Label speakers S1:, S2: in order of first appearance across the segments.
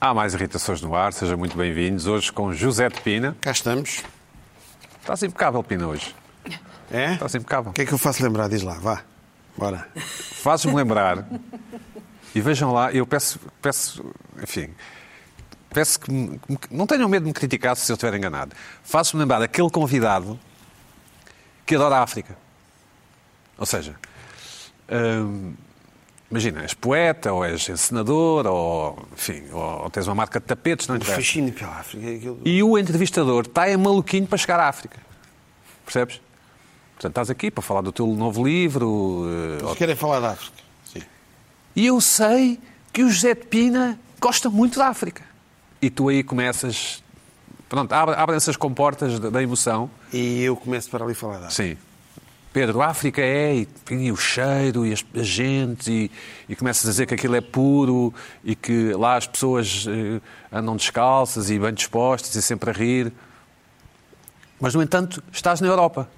S1: Há mais irritações no ar, sejam muito bem-vindos. Hoje com José de Pina.
S2: Cá estamos.
S1: Está-se impecável, Pina, hoje.
S2: É?
S1: Está-se impecável.
S2: O que é que eu faço lembrar? Diz lá, vá. Bora.
S1: Fazes-me lembrar. E vejam lá, eu peço, peço enfim, peço que, me- que me- não tenham medo de me criticar se eu estiver enganado. Faço-me lembrar aquele convidado que adora a África. Ou seja, hum, imagina, és poeta, ou és encenador, ou, enfim, ou, ou tens uma marca de tapetes, não interessa.
S2: Fascínio pela África. aquilo-
S1: E o entrevistador está é maluquinho para chegar à África. Percebes? Portanto, estás aqui para falar do teu novo livro. eh,
S2: Eles querem falar da África. Sim.
S1: E eu sei que o José de Pina gosta muito da África. E tu aí começas. Pronto, abre- abrem essas comportas da da emoção.
S2: E eu começo para ali falar da África.
S1: Sim. Pedro, a África é, e, e o cheiro, e as- a gente, e, e começas a dizer que aquilo é puro, e que lá as pessoas eh, andam descalças e bem dispostas e sempre a rir. Mas, no entanto, estás na Europa.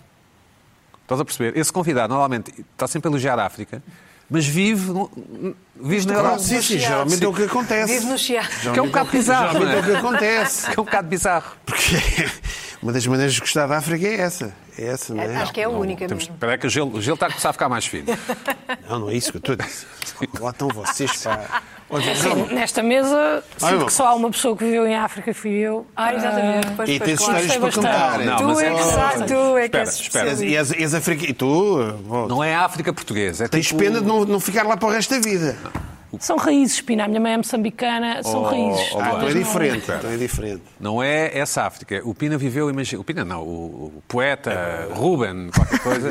S1: Estás a perceber? Esse convidado, normalmente, está sempre a elogiar a África, mas vive, no- vive na
S2: Claro,
S1: Europa.
S2: sim, sim, geralmente é o que acontece.
S3: Vive no Chiado.
S1: Que é um bocado bizarro, não
S2: Geralmente é o que
S1: é?
S2: acontece.
S1: Que é um bocado bizarro.
S2: Porque uma das maneiras de gostar da África é essa. É essa, não é?
S3: Acho que é a única
S1: Temos-
S3: mesmo.
S1: Espera aí que o gelo, o gelo está a começar a ficar mais fino.
S2: Não, não é isso que eu estou a dizer. Lá estão vocês, pá. Olha, não.
S4: Sim, nesta mesa, sinto
S2: meu.
S4: que só há uma pessoa que viveu em África, fui eu.
S3: Ah, exatamente. Pois,
S2: E
S3: pois,
S2: tens
S3: claro.
S2: histórias para
S4: Gostei
S2: contar.
S4: bastante.
S1: Não,
S3: Tu
S1: mas
S3: é
S1: é-
S3: que sabes, tu é que
S1: Espera,
S3: és
S1: espera.
S3: especialista.
S2: E és, és africano. E tu? bom,
S1: Não é a África portuguesa. É
S2: tens
S1: tipo-
S2: pena de não, não ficar lá para o resto da vida.
S4: São raízes, Pina. A minha mãe é moçambicana, são
S1: Oh,
S4: raízes.
S1: oh,
S2: Ah, então é
S4: Talvez não-
S2: diferente. Então é diferente.
S1: Não é essa África. O Pina viveu, imagina. O Pina não, o, o poeta Ruben, qualquer coisa.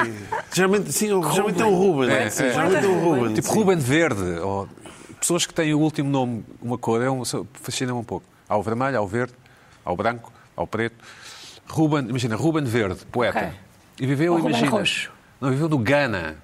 S2: Geralmente, sim, geralmente é um Ruben.
S1: É,
S2: sim,
S1: é.
S2: Geralmente é um Ruben.
S1: tipo
S2: sim.
S1: Ruben Verde. ou- pessoas que têm o último nome, uma cor, é um, fascina-me um pouco. Há o vermelho, há o verde, há o branco, há o preto. Ruben, imagina, Ruben Verde, poeta.
S4: Ok.
S1: E viveu,
S4: Ou Ruben
S1: imagina.
S4: Roxo.
S1: Não, viveu no Ghana.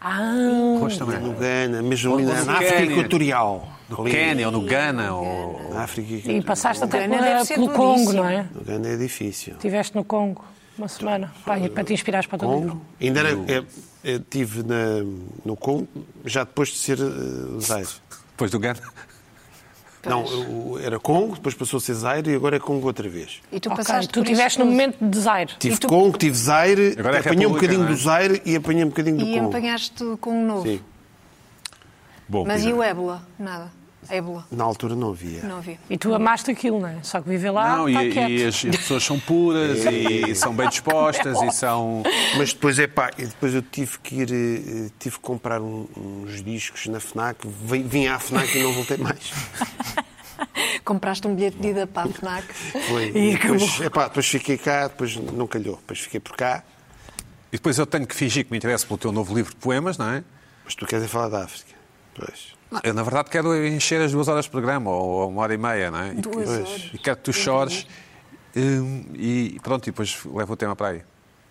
S4: Ah,
S1: Roxo também.
S2: No Ghana, mesmo ali na,
S1: Ou no
S2: na África
S1: Quénia.
S2: Equatorial.
S1: No
S2: Ali,
S1: Quénia ou no Ghana. Ou,
S2: Na África
S4: e
S2: Equatorial.
S4: passaste Tipo, até
S3: Gana deve
S4: pela,
S3: ser
S4: pelo Congo,
S3: duríssimo.
S4: não é?
S2: No Ghana é difícil.
S4: Estiveste no Congo uma semana Pá, e para te inspirares para todo mundo.
S2: Congo. Ainda era, eu, eu tive na, no Congo, já depois de ser eh, Zaire.
S1: depois do Ghana.
S2: Não, eu- era Congo, depois passou a ser Zaire e agora é Congo outra vez.
S3: E tu
S4: Ok,
S3: passaste
S4: tu
S3: por isso
S4: estiveste no
S3: tudo.
S4: momento de desaire.
S2: Tive
S3: E tu-
S2: Congo, tive Zaire,
S1: Agora é
S2: apanhei
S1: República,
S2: um bocadinho
S1: não é?
S2: do Zaire e apanhei um bocadinho do
S3: E
S2: Congo.
S3: apanhaste com um novo.
S2: Sim.
S1: Bom,
S3: Mas
S1: Pina.
S3: e o ébola? Nada. Ébola.
S2: Na altura não havia.
S3: Não vi.
S4: E tu amaste aquilo, não é? Só que viver lá
S1: Não,
S4: está
S3: tá
S1: e,
S4: quieto.
S1: e as, as pessoas são puras e, e são bem dispostas e são.
S2: Mas depois é pá, e depois eu tive que ir, eh, eh, tive que comprar um- uns discos na FNAC, vim vim à FNAC e não voltei mais.
S3: Compraste um bilhete de ida para a FNAC.
S2: Foi.
S4: E
S2: depois, epá, depois fiquei cá, depois não calhou, depois fiquei por cá.
S1: E depois eu tenho que fingir que me interessa pelo teu novo livro de poemas, não é?
S2: Mas tu queres é falar da África. Pois.
S1: Não, Eu, na verdade, quero encher as duas horas de programa, ou, ou uma hora e meia, não é? E,
S3: Duas Uhum.
S1: que-
S3: horas.
S1: e quero que tu chores. hum, e pronto, e depois levo o tema para aí.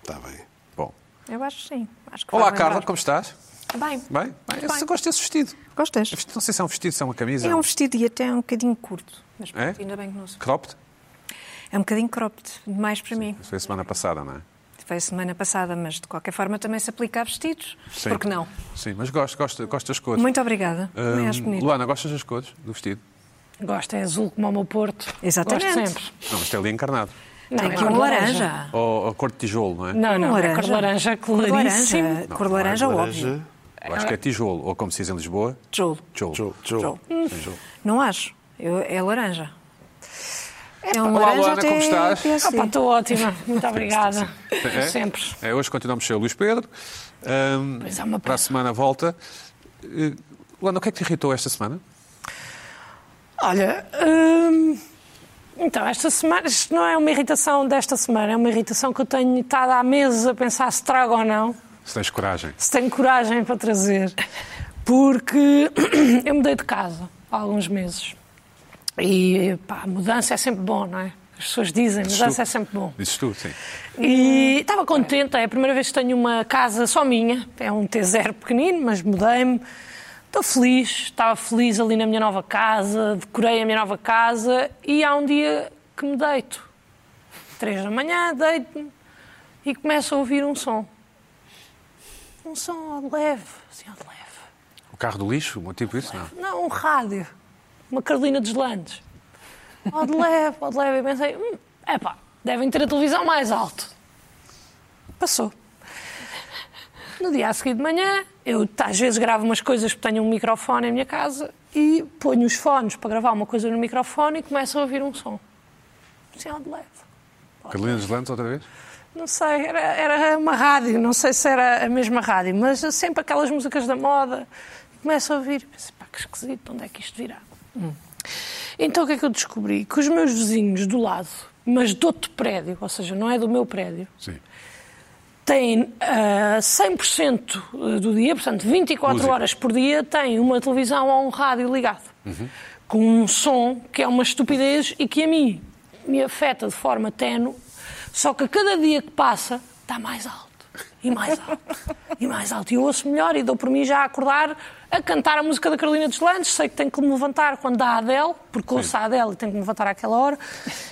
S2: Está tá bem.
S1: Bom.
S3: Eu acho que sim. Acho que
S1: Olá,
S3: vai
S1: Carla,
S3: lembrar.
S1: como estás? Bem?
S3: Bem,
S1: Bem, eu só gosto desse vestido.
S3: gostas?
S1: É vestido- Não sei se é um vestido, se é uma camisa.
S3: É um vestido e até um bocadinho curto. Mas pronto,
S1: É?
S3: ainda bem que não se...
S1: Cropped?
S3: É um bocadinho cropped, demais para mim.
S1: Foi semana passada, não é?
S3: Foi semana passada, mas de qualquer forma também se aplica a vestidos.
S1: Sim.
S3: Porque não?
S1: Sim, mas gosto, gosto, gosto das cores.
S3: Muito obrigada. Também
S1: Hum,
S3: acho bonito.
S1: Luana, gostas das cores do vestido?
S4: Gosto, é azul como o meu Porto.
S3: Exatamente.
S4: Gosto sempre.
S1: Não, mas tem ali encarnado.
S3: Tem
S4: é
S3: aqui um
S4: cor
S3: laranja.
S1: Ou a cor de tijolo, não é?
S4: Não, não,
S3: Um
S4: é cor de laranja
S3: Cor de
S4: claríssimo.
S3: laranja,
S1: Não,
S3: cor de
S1: não é
S3: laranja,
S2: laranja.
S3: óbvio.
S1: Eu acho que é tijolo, ou como se diz em Lisboa,
S3: Tijolo.
S1: tijolo.
S2: Tchau, tchau.
S3: Tijolo. Hum. Não acho. Eu- é laranja. É um
S1: Olá, Luana, como estás?
S3: PSD.
S4: Opa, estou Ah, ótima, muito obrigada.
S1: É?
S4: Sempre.
S1: É, hoje continuamos sem o Luís Pedro. Ahm,
S4: Pois é, uma
S1: para a
S4: pena.
S1: semana volta. Eh, Luana, o que é que te irritou esta semana?
S4: Olha, hum, então, esta semana, isto não é uma irritação desta semana, é uma irritação que eu tenho estado há meses a pensar se trago ou não,
S1: Se tens coragem.
S4: se tenho coragem para trazer, porque eu mudei de casa há alguns meses. E, pá, mudança é sempre bom, não é? As pessoas dizem, mudança é sempre bom.
S1: Dizes tu, sim.
S4: E estava contente, é a primeira vez que tenho uma casa só minha. É um T0 pequenino, mas mudei-me. Estou feliz, estava feliz ali na minha nova casa, decorei a minha nova casa e há um dia que me deito. Três da manhã, deito-me e começo a ouvir um som. Um som ao de leve, assim ao de leve.
S1: O carro do lixo, tipo isso, não.
S4: Não, um rádio. Uma Carolina dos Landes. Pode leve, pode leve. E pensei, hum, epá, devem ter a televisão mais alto. Passou. No dia a seguir de manhã, eu às vezes gravo umas coisas porque tenho um microfone em minha casa e ponho os fones para gravar uma coisa no microfone e começo a ouvir um som. Assim, ó, de leve.
S1: Carolina dos Lantos, outra vez?
S4: Não sei, era, era uma rádio, não sei se era a mesma rádio, mas sempre aquelas músicas da moda. Começo a ouvir, pensei, pá, que esquisito, onde é que isto virá? Então o que é que eu descobri? Que os meus vizinhos do lado, mas do outro prédio, ou seja, não é do meu prédio,
S1: Sim.
S4: têm ah, 100% eh, do dia, portanto 24
S1: Música.
S4: horas por dia, têm uma televisão ou um rádio ligado, com um som que é uma estupidez e que a mim me afeta de forma tenue, só que a cada dia que passa está mais alto. E mais alto, e mais alto. E eu ouço melhor e dou por mim já a acordar a cantar a música da Carolina dos Landes. Sei que tenho que me levantar quando dá a Adele, porque ouço a Adele e tenho que me levantar àquela hora.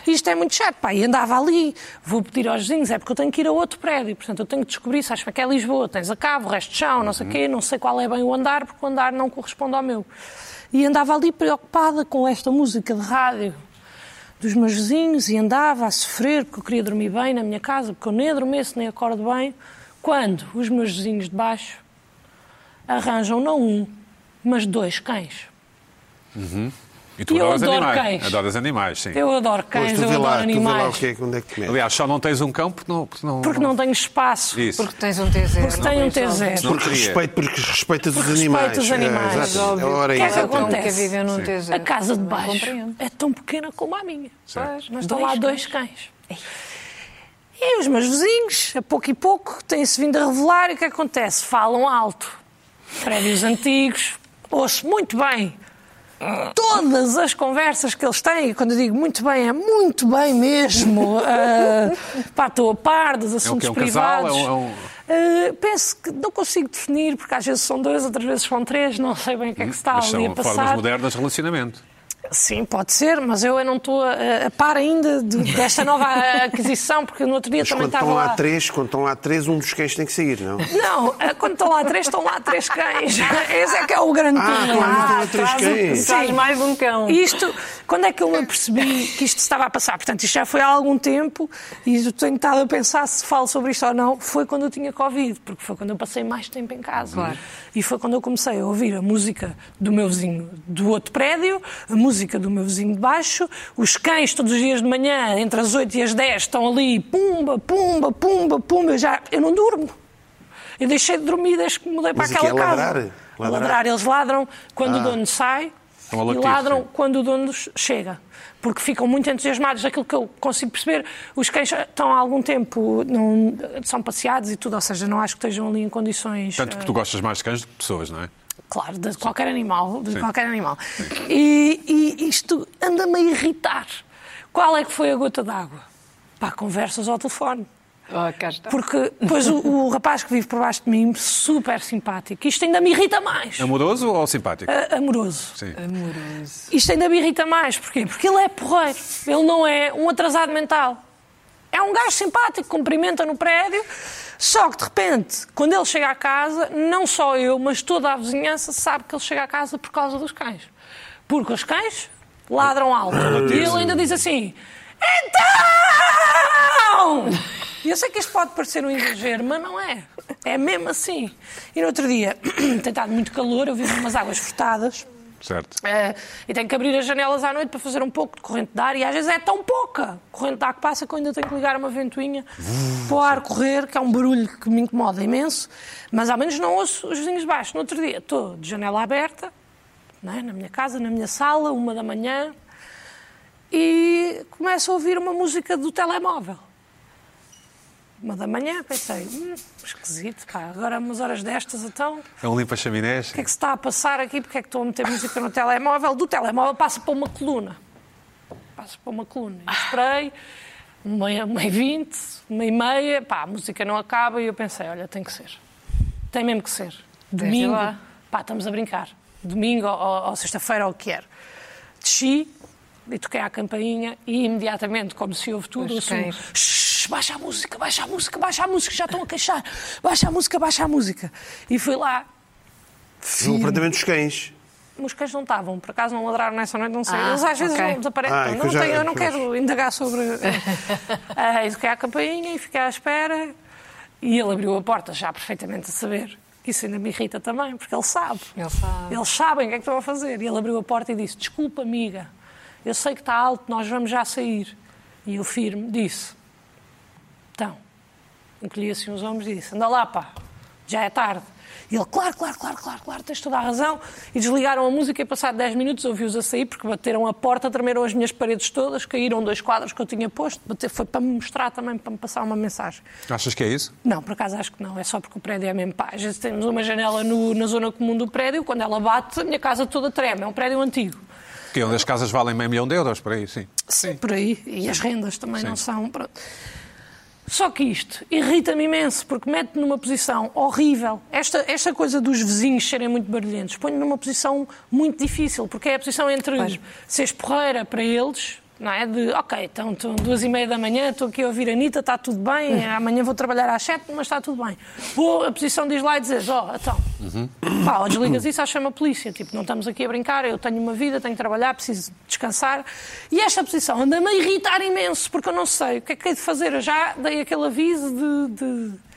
S4: E isto é muito chato, pá. E andava ali, vou pedir aos vizinhos, é porque eu tenho que ir a outro prédio. Portanto, eu tenho que descobrir se acho que é Lisboa, tens a cabo, o resto de chão, não sei o quê, não sei qual é bem o andar, porque o andar não corresponde ao meu. E andava ali preocupada com esta música de rádio dos meus vizinhos e andava a sofrer porque eu queria dormir bem na minha casa, porque eu nem adormeço nem acordo bem, quando os meus vizinhos de baixo arranjam não um, mas dois cães.
S1: E tu
S4: E eu
S1: adoras
S4: adoro
S1: animais.
S4: cães.
S1: Adoras animais, sim.
S4: Eu adoro
S2: Pois
S4: cães,
S2: tu
S4: eu
S2: vê
S4: adoro
S2: lá, tu vê lá o
S4: animais.
S2: que é, que- onde é que te metes.
S1: Aliás, só não tens um cão porque não. Porque não,
S4: Porque não tenho espaço,
S1: Isso.
S3: Porque tens um T0.
S4: porque tenho um T0.
S1: Não
S2: Porque,
S1: queria.
S2: respeito, porque respeitas os
S4: respeito
S2: animais.
S4: os animais.
S2: É,
S4: Mas
S2: exato.
S3: óbvio.
S2: É hora
S4: O que é que
S2: exata.
S4: acontece?
S3: nunca viveu num
S1: Sim.
S3: T0.
S4: A casa de
S3: Também
S4: baixo
S3: compreendo.
S4: é tão pequena como a minha.
S1: é, Certo.
S3: Mas
S4: Estão lá dois cães. E os meus vizinhos, a pouco e pouco, têm-se vindo a revelar e o que acontece? Falam alto. Prédios antigos, ouço muito bem todas as conversas que eles têm, e quando eu digo muito bem, é muito bem mesmo. Ah, pá, estou a par dos assuntos
S1: um casal?
S4: privados.
S1: É um- é um-
S4: Uh, penso que não consigo definir, porque às vezes são dois, outras vezes são três, não sei bem o que é que se está
S1: Mas
S4: ali a
S1: são formas
S4: passar.
S1: modernas de relacionamento.
S4: Sim, pode ser, mas eu não estou a, a par ainda de- desta nova aquisição, porque no outro dia
S2: Mas
S4: também
S2: quando
S4: estava
S2: estão
S4: lá.
S2: lá três, quando estão lá três, um dos cães tem que sair, não?
S4: Não, eh, quando estão lá três, estão lá três cães. Esse é que é o grande
S2: Ah,
S4: problema.
S2: claro, estão lá três cães.
S3: Traz
S4: Sim.
S3: mais um cão.
S4: E isto, quando é que eu me apercebi que isto estava a passar? Portanto, isto já foi há algum tempo e eu tenho estado a pensar se falo sobre isto ou não. Foi quando eu tinha Covid, porque foi quando eu passei mais tempo em casa.
S3: Claro.
S4: E foi quando eu comecei a ouvir a música do meu vizinho do outro prédio, a música do meu vizinho de baixo, os cães todos os dias de manhã, entre as 8 e as 10, estão ali, pumba, pumba, pumba, pumba. Eu, já, eu não durmo. Eu deixei de dormir desde que me mudei para
S2: Mas aqui
S4: aquela
S2: é
S4: casa.
S2: ladrar?
S4: A
S2: Ladrar?
S4: ladrar. Eles ladram quando o dono sai
S1: É um
S4: e
S1: latir,
S4: ladram
S1: sim.
S4: quando o dono nos chega. Porque ficam muito entusiasmados daquilo que eu consigo perceber. Os cães estão há algum tempo, não, são passeados e tudo, ou seja, não acho que estejam ali em condições. eh,
S1: Tanto que tu gostas mais de cães do que de pessoas, não é?
S4: Claro, de qualquer animal. De qualquer animal. E, e isto anda-me a irritar. Qual é que foi a gota d'água? Pá, conversas ao telefone.
S3: Ah, cá está.
S4: Porque depois o, o rapaz que vive por baixo de mim, super simpático, isto ainda me irrita mais.
S1: Amoroso ou simpático?
S4: A- Amoroso.
S1: Sim.
S3: Amoroso.
S4: Isto ainda me irrita mais. Porquê? Porque ele é porreiro. Ele não é um atrasado mental. É um gajo simpático, cumprimenta no prédio, só que de repente, quando ele chega à casa, não só eu, mas toda a vizinhança sabe que ele chega à casa por causa dos cães. Porque os cães ladram alto. E ele ainda diz assim: Então! E eu sei que isto pode parecer um exagero, mas não é. É mesmo assim. E no outro dia, tem estado muito calor, eu vivo umas águas furtadas.
S1: Certo.
S4: Eh, e tenho que abrir as janelas à noite para fazer um pouco de corrente de ar e às vezes é tão pouca corrente de ar que passa que eu ainda tenho que ligar uma ventoinha para o ar correr, que é um barulho que me incomoda imenso, mas ao menos não ouço os vizinhos de baixo. No outro dia estou de janela aberta, né, na minha casa, na minha sala, uma da manhã, e começo a ouvir uma música do telemóvel. Uma da manhã, pensei, hum, esquisito, pá, agora é umas horas destas então
S1: É um limpa-chaminés.
S4: o que é que se está a passar aqui? Porque é que estou a meter música no telemóvel? Do telemóvel passa para uma coluna. Passa para uma coluna. E esperei, meia, meia vinte, meia e meia, pá, a música não acaba e eu pensei, olha, tem que ser. Tem mesmo que ser.
S3: ir
S4: Domingo,
S3: lá.
S4: pá, estamos a brincar. Domingo ou, ou sexta-feira ou o que era. Desci e toquei à campainha e imediatamente, como se ouve tudo,
S3: Os
S4: ouço um,
S3: cães.
S4: "Shh, baixa a música, baixa a música, baixa a música, já estão a queixar. Baixa a música, baixa a música. E fui lá
S2: O apartamento dos cães.
S4: meus cães não estavam, por acaso não ladraram nessa noite, não sei.
S3: Ah,
S4: Eles às vezes
S3: ok.
S4: não desaparecem.
S2: Ah, é que
S4: não
S2: eu já-
S4: tenho- eu não
S2: pois.
S4: quero indagar sobre. Ah, e toquei à campainha e fiquei à espera. E ele abriu a porta, já perfeitamente a saber. Isso ainda me irrita também, porque ele sabe.
S3: Ele sabe.
S4: Eles sabem o que é que estão a fazer. E ele abriu a porta e disse: Desculpa, amiga, eu sei que está alto, nós vamos já sair. E eu firme disse: Então, encolhi assim os ombros e disse: Anda lá, pá, já é tarde. E ele, claro, claro, claro, claro, claro, tens toda a razão. E desligaram a música e passado 10 minutos ouvi-os a sair porque bateram a porta, tremeram as minhas paredes todas, caíram dois quadros que eu tinha posto. Bater, foi para me mostrar também, para me passar uma mensagem.
S1: Achas que é isso?
S4: Não, por acaso acho que não. É só porque o prédio é mesmo pá. Às vezes temos uma janela no- na zona comum do prédio, quando ela bate, a minha casa toda treme. É um prédio antigo.
S1: Que é onde as casas valem meio milhão de euros, por aí, sim.
S4: Sim. Por aí. E as rendas também não são. Pronto. Só que isto irrita-me imenso, porque mete-me numa posição horrível. Esta, esta coisa dos vizinhos serem muito barulhentos põe-me numa posição muito difícil, porque é a posição entre ser esporreira para eles, não é? De, ok, então estão duas e meia da manhã, estou aqui a ouvir a Anitta, está tudo bem, amanhã vou trabalhar às sete, mas está tudo bem. Ou a posição de ir lá e dizer, ó, então, pá, ou desligas isso, ou chama a polícia. Tipo, não estamos aqui a brincar, eu tenho uma vida, tenho que trabalhar, preciso descansar. E esta posição anda-me a irritar imenso, porque eu não sei o que é que hei de fazer. Eu já dei aquele aviso de. de...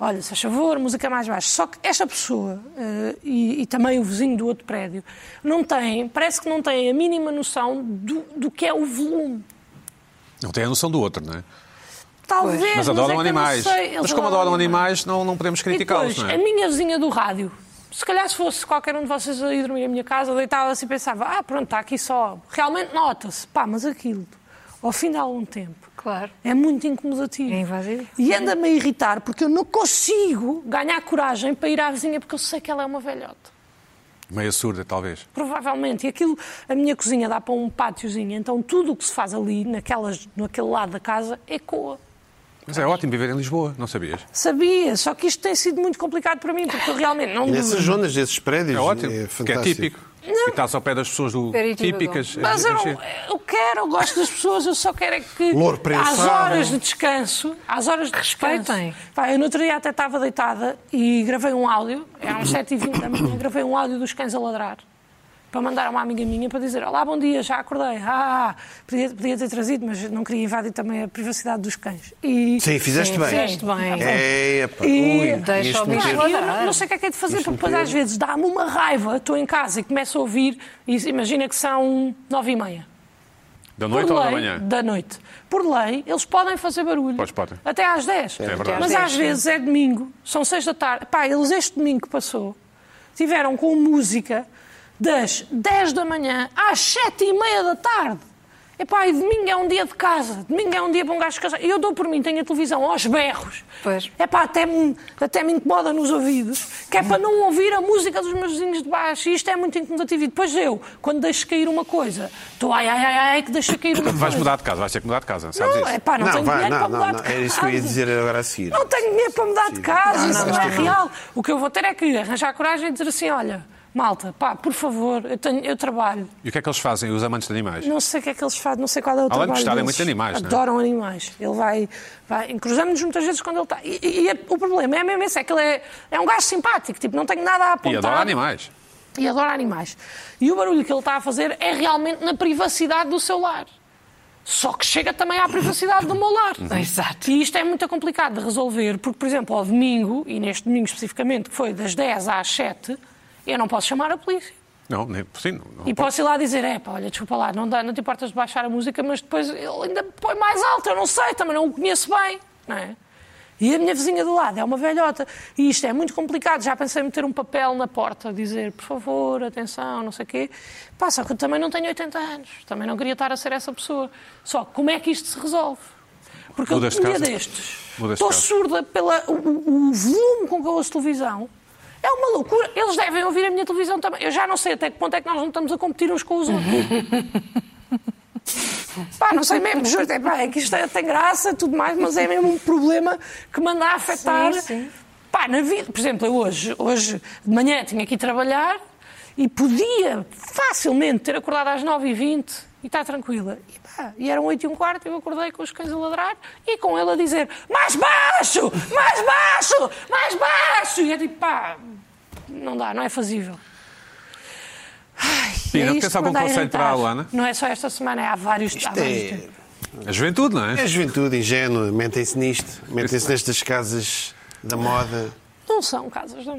S4: Olha, se faz favor, música mais baixa. Só que esta pessoa eh, e, e também o vizinho do outro prédio não tem, parece que não tem a mínima noção do, do que é o volume.
S1: Não tem a noção do outro, não é?
S4: Talvez.
S1: Mas adoram
S4: é que eu não
S1: animais.
S4: sei, eles
S1: Mas como adoram animais, não, não podemos
S4: E
S1: criticá-los,
S4: depois,
S1: não
S4: a
S1: é?
S4: minha vizinha do rádio, se calhar se fosse qualquer um de vocês aí dormir em minha casa, deitava-se e pensava, ah, pronto, está aqui só. Realmente nota-se, pá, mas aquilo, ao fim de algum tempo,
S3: Claro.
S4: é muito incomodativo.
S3: É invasivo.
S4: E anda-me a irritar porque eu não consigo ganhar coragem para ir à vizinha porque eu sei que ela é uma velhota.
S1: Meia surda, talvez.
S4: Provavelmente. E aquilo, a minha cozinha dá para um pátiozinho, então tudo o que se faz ali, naquelas, naquele lado da casa, é ecoa.
S1: Mas é ótimo viver em Lisboa, não sabias? É
S4: Sabia, só que isto tem sido muito complicado para mim, porque eu realmente não.
S2: E nessas zonas desses prédios
S1: É ótimo, que é
S2: fantástico.
S1: típico. E estás ao pé das pessoas do...
S3: Era equivocado.
S1: típicas. é
S4: Mas eu,
S1: muito
S4: não-
S1: giro.
S4: eu quero, eu gosto das pessoas, eu só quero é que
S2: Louro
S4: às
S2: prensado.
S4: horas de descanso, às horas de descanso.
S3: Respeitem.
S4: Pá, eu no outro dia até estava deitada e gravei um áudio, eram 7h20 da manhã, gravei um áudio dos cães a ladrar. Para mandar a uma amiga minha para dizer: Olá, bom dia, já acordei. Ah, podia, podia ter trazido, mas não queria invadir também a privacidade dos cães. E,
S2: Sim, fizeste bem.
S3: Fizeste bem.
S2: É, pá,
S4: E-
S2: ui,
S3: Deixa
S2: isto
S3: o
S2: não
S3: bicho
S2: tem-
S4: Pá, eu
S3: ladrar.
S4: não, não sei o que é que é de fazer, porque depois às vezes dá-me uma raiva. Estou em casa e começo a ouvir, e imagina que são nove e meia.
S1: Da
S4: Por
S1: noite
S4: lei,
S1: ou da manhã?
S4: noite. Por lei, eles podem fazer barulho.
S1: Pois podem.
S4: Até às 10.
S1: verdade.
S4: Mas
S3: Até às
S4: às
S3: 10,
S4: vezes é domingo, são 6 da tarde. Pá, eles este domingo que passou tiveram com música das 10 da manhã às 7 e meia da tarde. Epá, e domingo é um dia de casa, domingo é um dia para um gajo casar. E eu dou por mim, tenho a televisão aos berros.
S3: Pois.
S4: Epá, É até me, até me incomoda nos ouvidos, que é para não ouvir a música dos meus vizinhos de baixo. E isto é muito incomodativo. E depois eu, quando deixo cair uma coisa, estou ai, ai, ai, ai, que deixo cair uma
S1: Vais
S4: coisa.
S1: mudar de casa, vais ter que mudar de casa, sabes
S4: Não,
S1: isso?
S4: é pá, não,
S2: Não,
S4: tenho
S2: vai,
S4: dinheiro
S2: não,
S4: para
S2: não,
S4: mudar
S2: não.
S4: de casa.
S2: Era isso que eu ia dizer agora a seguir.
S4: Não tenho dinheiro para mudar de casa,
S2: Não, não,
S4: isso não,
S2: esta
S4: é
S2: é boa.
S4: real. O que eu vou ter é que arranjar a coragem de dizer assim, olha, malta, pá, por favor, eu, tenho, eu trabalho.
S1: E o que é que eles fazem, os amantes de animais?
S4: Não sei o que é que eles fazem, não sei qual é o
S1: de
S4: trabalho
S1: gostarem
S4: deles.
S1: muito de animais, não é?
S4: Adoram animais. Ele vai, vai encruzamos-nos muitas vezes quando ele está. E, e- e é- o problema é mesmo esse, é que ele é, é um gajo simpático, tipo, não tenho nada a apontar.
S1: E adora animais.
S4: E adora animais. E o barulho que ele está a fazer é realmente na privacidade do seu lar. Só que chega também à privacidade do meu lar.
S3: Exato.
S4: E isto é muito complicado de resolver, porque, por exemplo, ao domingo, e neste domingo especificamente, que foi das 10 às 7, eu não posso chamar a polícia.
S1: Não, nem sim, não, não
S4: E
S1: pode.
S4: posso ir lá dizer, é pá, olha, desculpa lá, não, dá, não te importas de baixar a música, mas depois ele ainda põe mais alto, eu não sei, também não o conheço bem, não é? E a minha vizinha do lado é uma velhota. E isto é muito complicado. Já pensei em meter um papel na porta, dizer, por favor, atenção, não sei o quê. Pá, só que eu também não tenho 80 anos. Também não queria estar a ser essa pessoa. Só que como é que isto se resolve? Porque
S1: Mudas de
S4: eu, um dia
S1: casa?
S4: destes,
S1: Mudas de
S4: estou
S1: casa.
S4: surda pelo volume com que eu ouço televisão. É uma loucura. Eles devem ouvir a minha televisão também. Eu já não sei até que ponto é que nós não estamos a competir uns com os outros. Pá, não sei mesmo, juro, é, pá, é que isto é- tem graça e tudo mais, mas é mesmo um problema que me anda a afetar.
S3: Sim, sim.
S4: Pá, na vida. Por exemplo, eu hoje, hoje de manhã tinha que ir trabalhar e podia facilmente ter acordado às 9h20 e estar tranquila. E, pá, e eram 8 e um quarto, eu acordei com os cães a ladrar e com ele a dizer mais baixo, mais baixo, mais baixo. E é tipo, pá, não dá, não é fazível. Ai,
S1: Pina,
S4: é isto
S1: tens algum
S4: mandar
S1: conselho
S4: jantar.
S1: para a Luana?
S4: Não é só esta semana, é há vários, há
S2: Isto
S4: vários
S2: é,
S1: A juventude, não
S2: é
S1: é?
S2: juventude ingênua, mentem-se nisto, mentem-se nestas casas da moda,
S4: Não são casas, não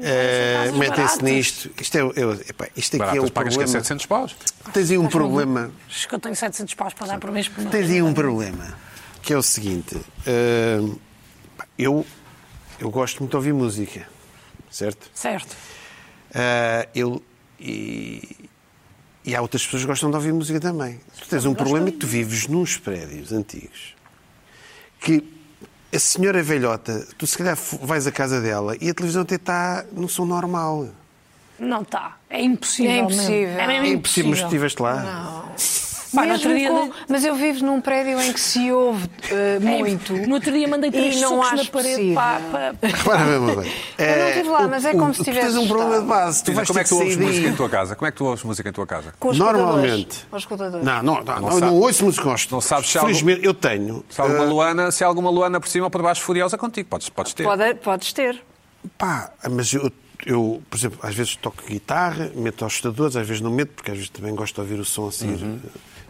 S2: eh,
S4: são casas baratas.
S2: metem-se nisto. Isto, é, é- epá, isto aqui é
S1: Baratas
S2: o
S1: pagas que é
S2: problema.
S1: 700 paus.
S2: Tens aí um problema.
S4: Acho que eu tenho 700 paus para dar por mês. por uma
S2: Tens aí um
S4: coisa.
S2: problema, que é o seguinte. hum, pá, eu, eu gosto muito de ouvir música, certo?
S4: Certo.
S2: Ah, eu, e, e há outras pessoas que gostam de ouvir música também. Tu tens um
S4: Gostam
S2: problema
S4: de
S2: é que tu vives nos prédios antigos que a senhora velhota, tu se calhar f- vais à casa dela e a televisão até está no som normal.
S4: Não está. É impossível.
S3: É impossível.
S4: Mesmo. É mesmo
S2: É impossível, mas tu
S4: impossível.
S2: estiveste lá.
S4: Pá, no
S3: Mesmo
S4: outro dia-
S3: com- Mas eu vivo num prédio em que se ouve eh,
S4: É
S3: muito.
S4: imp- No outro dia mandei três
S3: E não
S4: socos na
S3: acho
S4: parede.
S3: possível.
S4: Pá, pá, pá.
S2: Repara bem, uma coisa.
S3: Eu não estive lá,
S2: Eh,
S3: mas é como se
S2: tu
S3: tivesse
S2: tens um problema de
S3: estado.
S2: base. Tu
S1: Pina,
S2: vais
S1: como é
S2: ter
S1: que
S2: que
S1: tu ouves
S2: sair
S1: música em
S2: daí.
S1: tua casa? Como é que tu ouves música em tua casa?
S3: Com os
S2: Normalmente.
S3: escutadores. Com os escutadores.
S2: Não, não, não,
S1: Não
S2: não,
S1: sabe-
S2: não ouço música aos
S1: Não sabes se há
S2: Felizmente, eu tenho.
S1: Se há alguma
S2: eh,
S1: Luana, se há alguma Luana por cima ou por baixo furiosa é contigo, podes, podes ter.
S3: Pode- podes ter.
S2: Pá, mas eu, eu, por exemplo, às vezes toco guitarra, meto aos estudadores, às vezes não meto, porque às vezes também gosto de ouvir o som assim,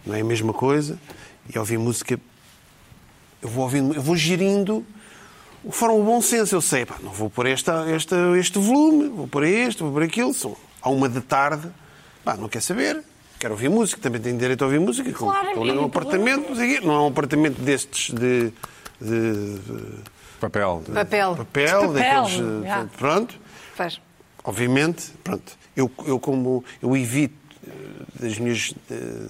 S2: não é a mesma coisa. E ouvir música, eu vou ouvindo, eu vou gerindo fora o bom senso. Eu sei, pá, não vou pôr esta, esta, este volume, vou pôr este, vou pôr aquilo. São à uma da tarde, pá, não quer saber. Quero ouvir música, também tenho direito a ouvir música. como
S4: Claro,
S2: estou
S4: é
S2: num
S4: muito
S2: apartamento, não sei o quê, não é um apartamento destes de- de- de
S1: Papel.
S3: Papel.
S2: papel,
S4: Papel,
S2: daqueles. eh,
S4: já.
S2: Pronto,
S3: Faz.
S2: obviamente, pronto. Eu, eu como eu evito eh, das minhas, eh,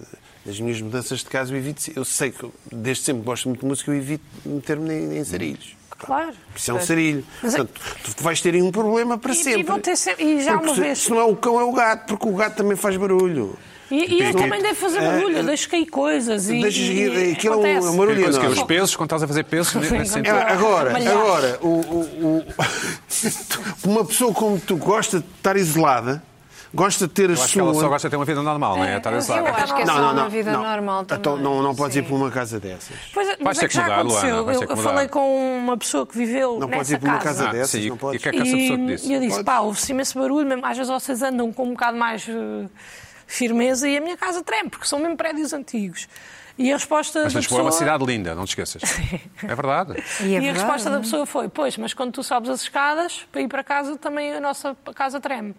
S2: das minhas mudanças de casa, eu evito. Eu sei que eu, desde sempre gosto muito de música, eu evito meter-me em, em sarilhos.
S4: Claro.
S2: Porque Isso é um sarilho.
S4: Mas é-
S2: Portanto, tu vais ter aí um problema para
S4: E- e
S2: sempre.
S4: vão ter sempre- e já
S2: Porque
S4: uma
S2: se-
S4: vez-
S2: Se não é o cão, é o gato, porque o gato também faz barulho. Tipo,
S4: E, e eu
S2: Não-
S4: também devo fazer barulho, eu deixo cair coisas. E,
S2: É, Deixas-
S4: e, e
S2: aquilo é um- é um
S4: acontece.
S2: barulho
S1: Aquela coisa que é os
S2: enorme.
S1: pesos, quando estás a fazer pesos, nesse
S2: É,
S1: sentido.
S2: agora,
S4: Malhar.
S2: agora o- o- o- uma pessoa como tu gosta de estar isolada, gosta de ter as
S1: Eu
S2: suas.
S1: acho que ela só gosta de ter uma vida normal, não é? Estar a
S3: eu
S1: usar.
S3: acho que é só uma vida normal
S2: Então,
S3: também.
S2: não, não podes
S3: Sim.
S2: ir para uma casa dessas.
S4: Pois é,
S1: Vais
S4: mas
S1: ter
S4: é
S1: que
S4: que já
S1: mudar, Luana,
S4: aconteceu.
S1: vais ter
S4: Eu-
S1: que
S4: eu
S1: mudar.
S4: falei com uma pessoa que viveu
S2: Não podes
S4: nessa
S2: ir para uma casa
S4: casa.
S2: dessas,
S1: sim, e
S2: não
S1: o que é
S2: podes.
S1: que essa pessoa te disse?
S4: E eu disse, pá, ouve-se imenso barulho, mesmo às vezes vocês andam com um bocado mais eh, firmeza e a minha casa treme, porque são mesmo prédios antigos. E a resposta
S1: Mas
S4: da
S1: Lisboa é
S4: pessoa...
S1: uma cidade linda, não te esqueças. É verdade.
S4: E,
S3: E é
S4: a
S3: verdade,
S4: resposta da
S3: não é?
S4: pessoa foi, pois, mas quando tu sobes as escadas, para ir para casa, também a nossa casa treme.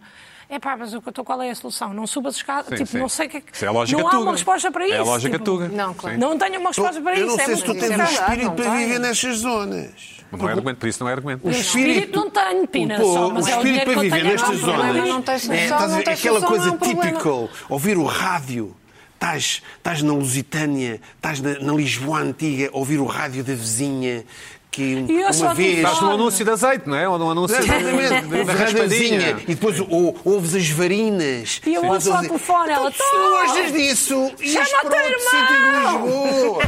S4: É pá, mas o que eu estou, qual é a solução? Não subas as escadas,
S1: Sim,
S4: tipo,
S1: sim.
S4: não sei o que é que...
S1: Isso é a lógica
S4: não há
S1: tuga.
S4: uma resposta para
S1: É
S4: isso.
S1: a lógica
S4: tipo,
S1: tuga.
S3: não, claro.
S1: Sim.
S4: Não tenho uma resposta para
S2: eu
S4: isso.
S2: não
S4: é
S2: sei se
S4: muito
S2: tu tens
S3: isso
S2: o
S3: é
S2: um
S3: verdade,
S2: espírito
S3: não
S2: para
S3: tem.
S2: viver nestas zonas.
S1: Não é argumento, por isso não é argumento.
S2: O
S4: espírito não tenho, Pina,
S2: o-
S4: só,
S2: o
S4: mas é o
S2: espírito
S4: dinheiro
S2: para
S4: que eu
S2: viver
S4: tenho,
S2: nestas
S4: não é um
S2: zonas.
S4: problema,
S3: não tens
S2: é,
S3: noção,
S2: estás a
S3: não
S2: ver,
S3: tens
S2: aquela
S3: noção,
S2: coisa
S3: não é um problema.
S2: típica, ouvir o rádio. Estás, estás na Lusitânia, estás na, na Lisboa antiga, ouvir o rádio da vizinha que
S4: E eu só
S2: uma
S4: te
S2: vez.
S1: Estás no anúncio de azeite, não é? Ou no anúncio
S2: Exatamente,
S1: da- da
S2: ouves a
S1: raspadinha.
S2: radazinha e depois ou, ouves as varinas.
S4: E eu
S2: Depois
S4: ouço lá
S2: ouves-
S4: pelo fone, ela,
S2: Então, se não
S4: "Tom,
S2: gostas disso, ias
S4: chama
S2: para
S4: o teu
S2: outro sítio de
S4: irmão."
S2: Lisboa.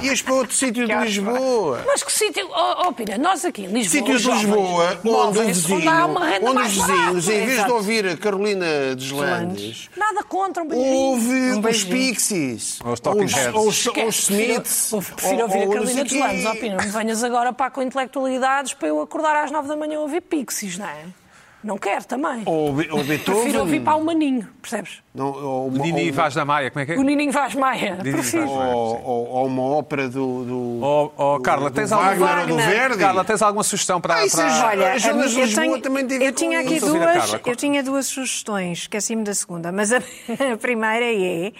S2: Ias para outro sítio de Lisboa.
S4: Mas que sítio. Oh, oh, Pina, nós aqui em Lisboa.
S2: Sítios
S4: os
S2: de
S4: jovens
S2: Lisboa, onde o
S4: movem-se,
S2: vizinho,
S4: Onde há uma renda
S2: onde os
S4: mais barata.
S2: vizinhos, em vez de
S4: Exato.
S2: ouvir a Carolina Deslandes,
S4: Nada contra um beijinho.
S2: ouve os
S3: beijinho.
S2: Pixies,
S1: Ou os Talking
S2: os-
S1: Heads.
S2: ou os, ou os
S4: Esquece, prefiro-
S2: Smiths.
S4: eu Prefiro
S2: ou-
S4: ouvir
S2: ou
S4: a
S2: não sei
S4: Carolina dos
S2: quê.
S4: Landes, ó Pina. Não me venhas agora para com intelectualidades para eu acordar às nove da manhã a ouvir pixies, não é? Não quero também.
S2: Ou, Be- ou
S4: Prefiro ouvir
S2: Beethoven.
S4: para o Maninho, percebes?
S2: Não, ou,
S1: Nini
S2: ou-
S1: Vaz da Maia, como é que é?
S4: O Nininho Vaz Maia.
S1: Nininho
S4: Prefiro.
S1: Vaz Maia.
S2: ou, ou- ou uma ópera do. do
S1: Oh, oh,
S2: do-
S1: Carla,
S2: do
S1: tens alguma-
S2: Wagner ou do
S3: Wagner.
S2: Verdi?
S1: Carla, tens alguma sugestão para...
S2: Ah, isso é
S1: para-
S2: joia.
S3: Olha,
S2: As zonas de
S3: eu,
S2: Lisboa
S3: tenho-
S2: também têm a ver
S3: eu
S2: com
S3: tinha aqui
S1: isso. Vamos ouvir a
S3: duas,
S1: Carla, corta.
S3: eu tinha duas sugestões, esqueci-me da segunda, mas a, a primeira é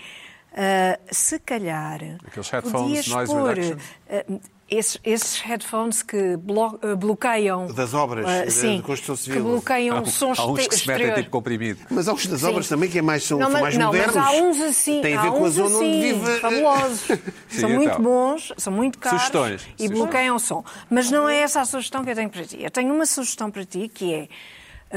S3: ah, se calhar
S1: Aqueles headphones,
S3: podias
S1: noise
S3: pôr,
S1: reduction.
S3: ah, esses, esses headphones que blo- ah, bloqueiam
S2: Das obras,
S3: ah,
S2: da-
S3: sim,
S2: da construção
S3: que
S2: civil.
S3: bloqueiam sons
S1: Há uns que se metem
S3: exteriores.
S1: tipo comprimido.
S2: Mas há uns das
S3: Sim.
S2: obras também que é mais, são,
S3: não,
S2: são
S3: mas,
S2: mais
S3: não,
S2: modernos.
S3: Mas há uns assim,
S2: Tem a ver
S3: há
S2: com a
S3: uns
S2: zona
S3: assim,
S2: onde vive. eh,
S3: Fabulosos.
S1: Sim, então.
S3: são muito bons, são muito caros
S1: Sugestões,
S3: e
S1: sugestões.
S3: bloqueiam o som. Mas não é essa a sugestão que eu tenho para ti. Eu tenho uma sugestão para ti que é. ah,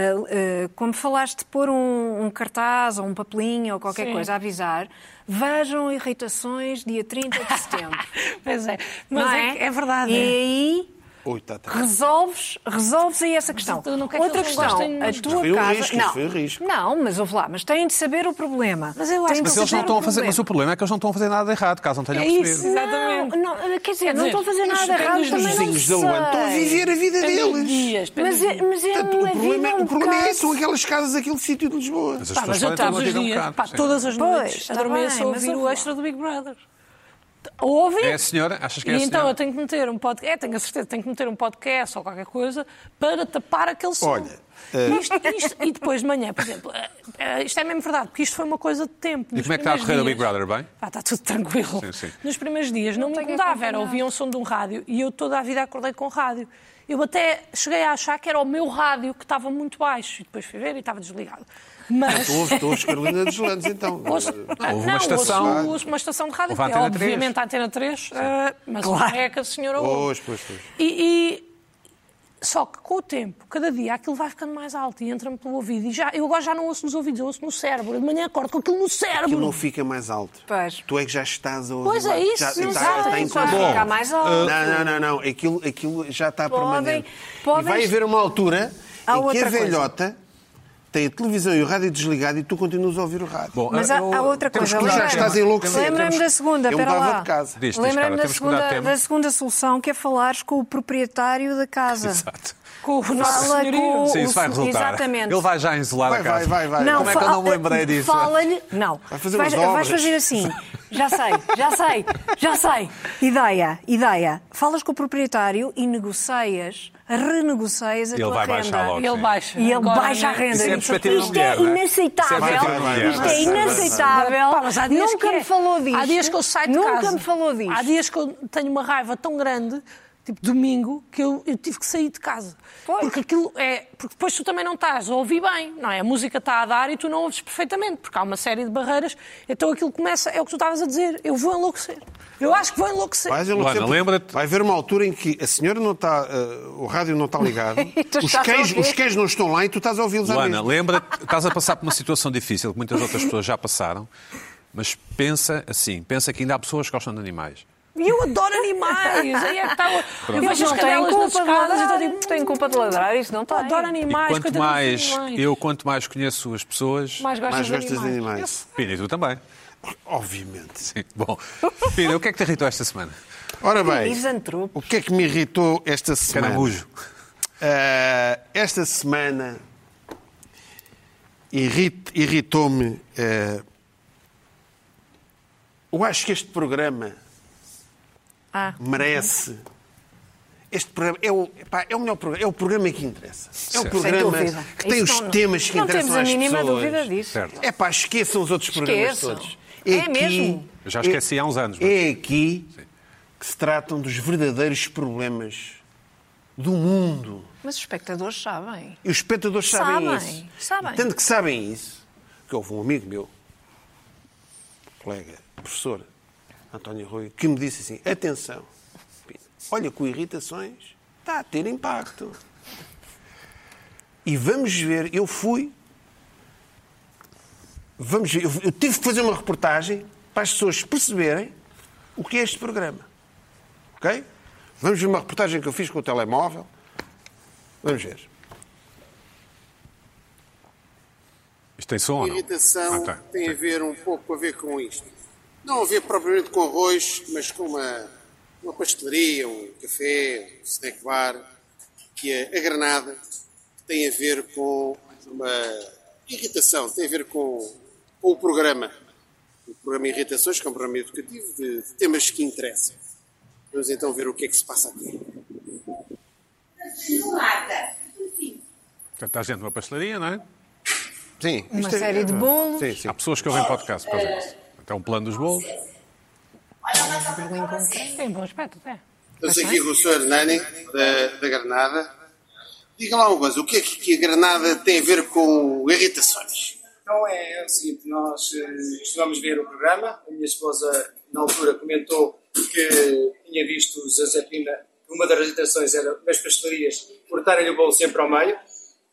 S3: ah, como falaste, de pôr um, um cartaz ou um papelinho ou qualquer
S4: Sim.
S3: coisa a avisar, vejam irritações dia 30 de setembro.
S4: Pois é. Mas
S3: não
S4: é, que- é verdade.
S3: E
S4: é.
S3: aí
S2: Oi, tá, tá.
S3: Resolves, resolves aí essa questão.
S4: eu não quero que
S3: Outra
S4: eles não
S3: questão,
S4: gostem de
S3: a
S4: nós.
S3: tua
S2: Foi um
S3: casa.
S2: risco,
S3: não,
S2: foi um risco.
S3: não, mas ouve lá, mas têm de saber o problema.
S4: Mas eu acho
S3: Têm de
S4: que
S1: Mas eles não
S3: saber
S1: estão a
S3: o
S1: fazer. Mas o
S3: problema.
S1: problema é que eles não estão a fazer nada de errado, caso não tenham
S4: É isso.
S1: percebido.
S4: Exatamente.
S3: Não, não, quer dizer, não
S4: dizer,
S3: estão a fazer
S4: os
S3: nada errado
S4: pequenos
S2: Os
S3: também. não
S2: vizinhos da
S3: sei. é-
S2: Luanda estão a viver a vida deles.
S4: Dias,
S3: Mas, é- mas é
S2: Portanto,
S3: a
S2: o problema,
S3: vida
S2: é-
S3: um
S2: o problema é
S3: bocado-
S2: esse, são aquelas casas daquele sítio de Lisboa.
S1: Mas as
S4: Pá, mas
S1: pessoas
S4: eu
S1: podem
S4: todos os
S1: ter um
S4: dias,
S1: bocado.
S4: pá,
S1: sim.
S4: todas as
S3: Pois,
S4: noites,
S3: está
S4: adormeço
S3: bem,
S4: a
S3: mas
S4: ouvir
S3: ouve
S4: o
S3: lá.
S4: extra do Big Brother. Ouvem?
S1: É a senhora? Achas que é a
S4: e então
S1: senhora?
S4: eu tenho que meter um podcast, é, tenho a certeza, tenho que meter um podcast ou qualquer coisa para tapar aquele som.
S2: Olha,
S1: eh,
S4: Isto- isto- e depois de manhã, por exemplo, eh, eh, isto é mesmo verdade, porque isto foi uma coisa de tempo.
S1: E como é que está a correr o Big Brother? Bem?
S4: Ah, está tudo tranquilo.
S1: Sim, sim.
S4: Nos primeiros dias não, me
S3: tenho
S4: mudava, era
S3: acompanhado.
S4: ouvia um som de um rádio e eu toda a vida acordei com rádio. Eu até cheguei a achar que era o meu rádio que estava muito baixo e depois fui ver e estava desligado.
S1: É,
S4: Mas
S2: Tu ouves, tu ouves Carolina dos Landes, então.
S4: Ouço,
S1: uma
S4: Ah, não, ouço-
S1: estação.
S4: ouço uma estação de rádio,
S1: Houve a
S4: que é
S1: Antena
S4: obviamente
S1: 3.
S4: a Antena 3, eh, mas é que a senhora ouve.
S2: Pois, pois, pois.
S4: E, e- só que com o tempo, cada dia, aquilo vai ficando mais alto e entra-me pelo ouvido. E já, eu agora já não ouço nos ouvidos, eu ouço no cérebro. Eu De manhã acordo com aquilo no cérebro.
S2: Aquilo não fica mais alto.
S3: Pois.
S2: Tu é que já estás a ouvir.
S4: Pois é isso,
S2: já,
S4: não
S2: já,
S4: sei,
S2: está em
S4: pode
S2: tudo.
S3: ficar mais alto.
S2: Não, não, não, não. Aquilo, aquilo já está
S3: Podem-
S2: permanente.
S3: podem-
S2: E vai haver uma altura
S3: Há
S2: em que a
S3: outra coisa.
S2: velhota tem a televisão e o rádio desligado e tu continuas a ouvir o rádio.
S1: Bom,
S3: Mas
S1: eu-
S3: há- há outra
S1: temos
S3: coisa,
S1: que
S2: tu já
S1: mudar de
S2: estás
S1: tema.
S2: enlouquecido.
S3: Lembra-me da segunda,
S1: é um
S2: eu
S3: pera
S2: mudava
S3: lá.
S2: de casa.
S1: Diz, diz,
S3: Lembra-me
S1: Carla,
S3: da
S1: temos que mudar de
S3: segunda,
S1: tema.
S3: da segunda solução, que é falares com o proprietário da casa.
S1: Exato.
S4: Com o nosso
S3: Fala
S4: senhorio.
S3: com-
S1: Sim, isso vai
S3: o-
S1: resultar.
S3: exatamente.
S1: Ele vai já isolar
S2: Vai,
S1: a casa.
S2: vai, vai, vai.
S1: Como é que eu
S3: fala-
S1: não me lembrei disso?
S3: ah, Fala-lhe. Não.
S2: Vai fazer
S3: vais,
S2: umas
S3: vais
S2: obras.
S3: fazer assim. Já sei, já sei, já sei. Ideia, ideia. Falas com o proprietário e negocias, renegocias a
S1: Ele
S3: tua
S1: vai
S3: renda.
S1: baixar logo.
S4: E ele
S1: Sim.
S4: baixa.
S3: E ele
S4: Agora,
S3: baixa a
S4: né?
S3: renda.
S1: Isso é a perspectiva
S3: Isto
S1: da
S3: é
S1: mulher, não é?
S3: inaceitável.
S1: Isso é a perspectiva da mulher.
S3: Isto é inaceitável.
S4: Pá, mas há dias
S3: Nunca
S4: que é.
S3: me falou disto.
S4: Há dias que eu saio de
S3: Nunca
S4: casa.
S3: me falou disto.
S4: Há dias que eu tenho uma raiva tão grande, tipo domingo, que eu, eu tive que sair de casa.
S3: Pois.
S4: Porque aquilo é. Porque depois tu também não estás a ouvir bem, não é? A música está a dar e tu não ouves perfeitamente, porque há uma série de barreiras. Então aquilo começa, é o que tu estavas a dizer. Eu vou enlouquecer. Eu acho que vou enlouquecer.
S2: Vais enlouquecer,
S1: Luana,
S2: porque
S1: lembra-te-
S2: Vai haver uma altura em que a senhora não está, eh, o rádio não está ligado,
S3: tu
S2: os,
S3: estás a
S2: queijos,
S3: ouvir.
S2: os queijos não estão lá e tu estás a ouvi-los à
S1: Luana,
S2: mesma.
S1: lembra estás a passar por uma situação difícil que muitas outras pessoas já passaram, mas pensa assim, pensa que ainda há pessoas que gostam de animais.
S4: E eu adoro animais. Aí é
S3: tá
S4: que está. Eu
S1: Pronto.
S3: Mas
S4: vejo as
S3: não têm
S4: cadelas nas
S3: culpa de
S4: escadas e estou
S3: ladrar.
S4: tipo.
S3: Têm culpa de ladrar, isso não
S4: "Pá,
S3: está.
S4: Adoro
S1: E
S4: animais.
S1: quanto
S4: coitadinhos
S1: mais
S4: dos animais."
S1: eu quanto mais conheço as pessoas,
S4: Mais
S2: Mais
S4: gostas,
S2: gostas de
S4: de animais.
S2: animais.
S1: Pina, e tu também.
S2: Obviamente.
S1: Sim. Bom, Pina, o que é que te irritou esta semana?
S2: Ora bem,
S3: Misantropos.
S2: o que é que me irritou esta semana?
S1: Caramujo.
S2: Ah, esta semana irrit- irritou-me. ah, eu acho que este programa
S3: Ah.
S2: merece. Este programa é o, epá, é o melhor programa, é o programa que interessa. É o
S1: Sem
S2: programa
S3: dúvida.
S2: que tem
S3: Isso
S2: os
S3: não-
S2: temas que
S3: não
S2: interessam
S3: temos a
S2: às
S3: mínima
S2: pessoas.
S3: dúvida disso.
S1: Certo.
S2: É pá, esqueçam os outros programas
S3: Esqueçam.
S2: todos.
S3: É mesmo.
S1: Eu já esqueci há uns anos, mas-
S2: É aqui que se tratam dos verdadeiros problemas do mundo.
S3: Mas os espectadores sabem.
S2: E os espectadores sabem,
S3: Sabem,
S2: isso.
S3: sabem.
S2: E tanto que sabem isso, que houve um amigo meu, colega, professor, António Rui, que me disse assim, atenção, Pina, olha com irritações está a ter impacto. E vamos ver, eu fui, vamos ver, eu, eu tive que fazer uma reportagem para as pessoas perceberem o que é este programa. Ok? Vamos ver uma reportagem que eu fiz com o telemóvel. Vamos ver.
S1: Isto tem som ou não?
S5: irritação
S1: Ah, tá.
S5: tem a ver um pouco a ver com isto. Não a ver propriamente com arroz, mas com uma, uma pastelaria, um café, um snack bar, que é a Granada, que tem a ver com uma irritação, tem a ver com, com o programa. O programa Irritações, que é um programa educativo de, de temas que interessam. Vamos então ver o que é que se passa aqui.
S6: Gelada. Sim.
S1: Portanto, Está gente numa pastelaria, não é?
S2: Sim.
S3: Uma série de bolos.
S2: é- Ah, Sim, sim.
S1: Há pessoas que ouvem podcast por causa disso. Até um plano dos bolos.
S4: Tem bom aspecto, é.
S5: Estamos aqui com o Sr. Nani, da, da Granada. Diga lá uma coisa, o que é que que a Granada tem a ver com irritações?
S7: Então é, é o seguinte, nós eh, costumamos ver o programa, a minha esposa na altura comentou que tinha visto o Zé Pina, que uma das irritações era nas pastelarias cortarem-lhe o bolo sempre ao meio,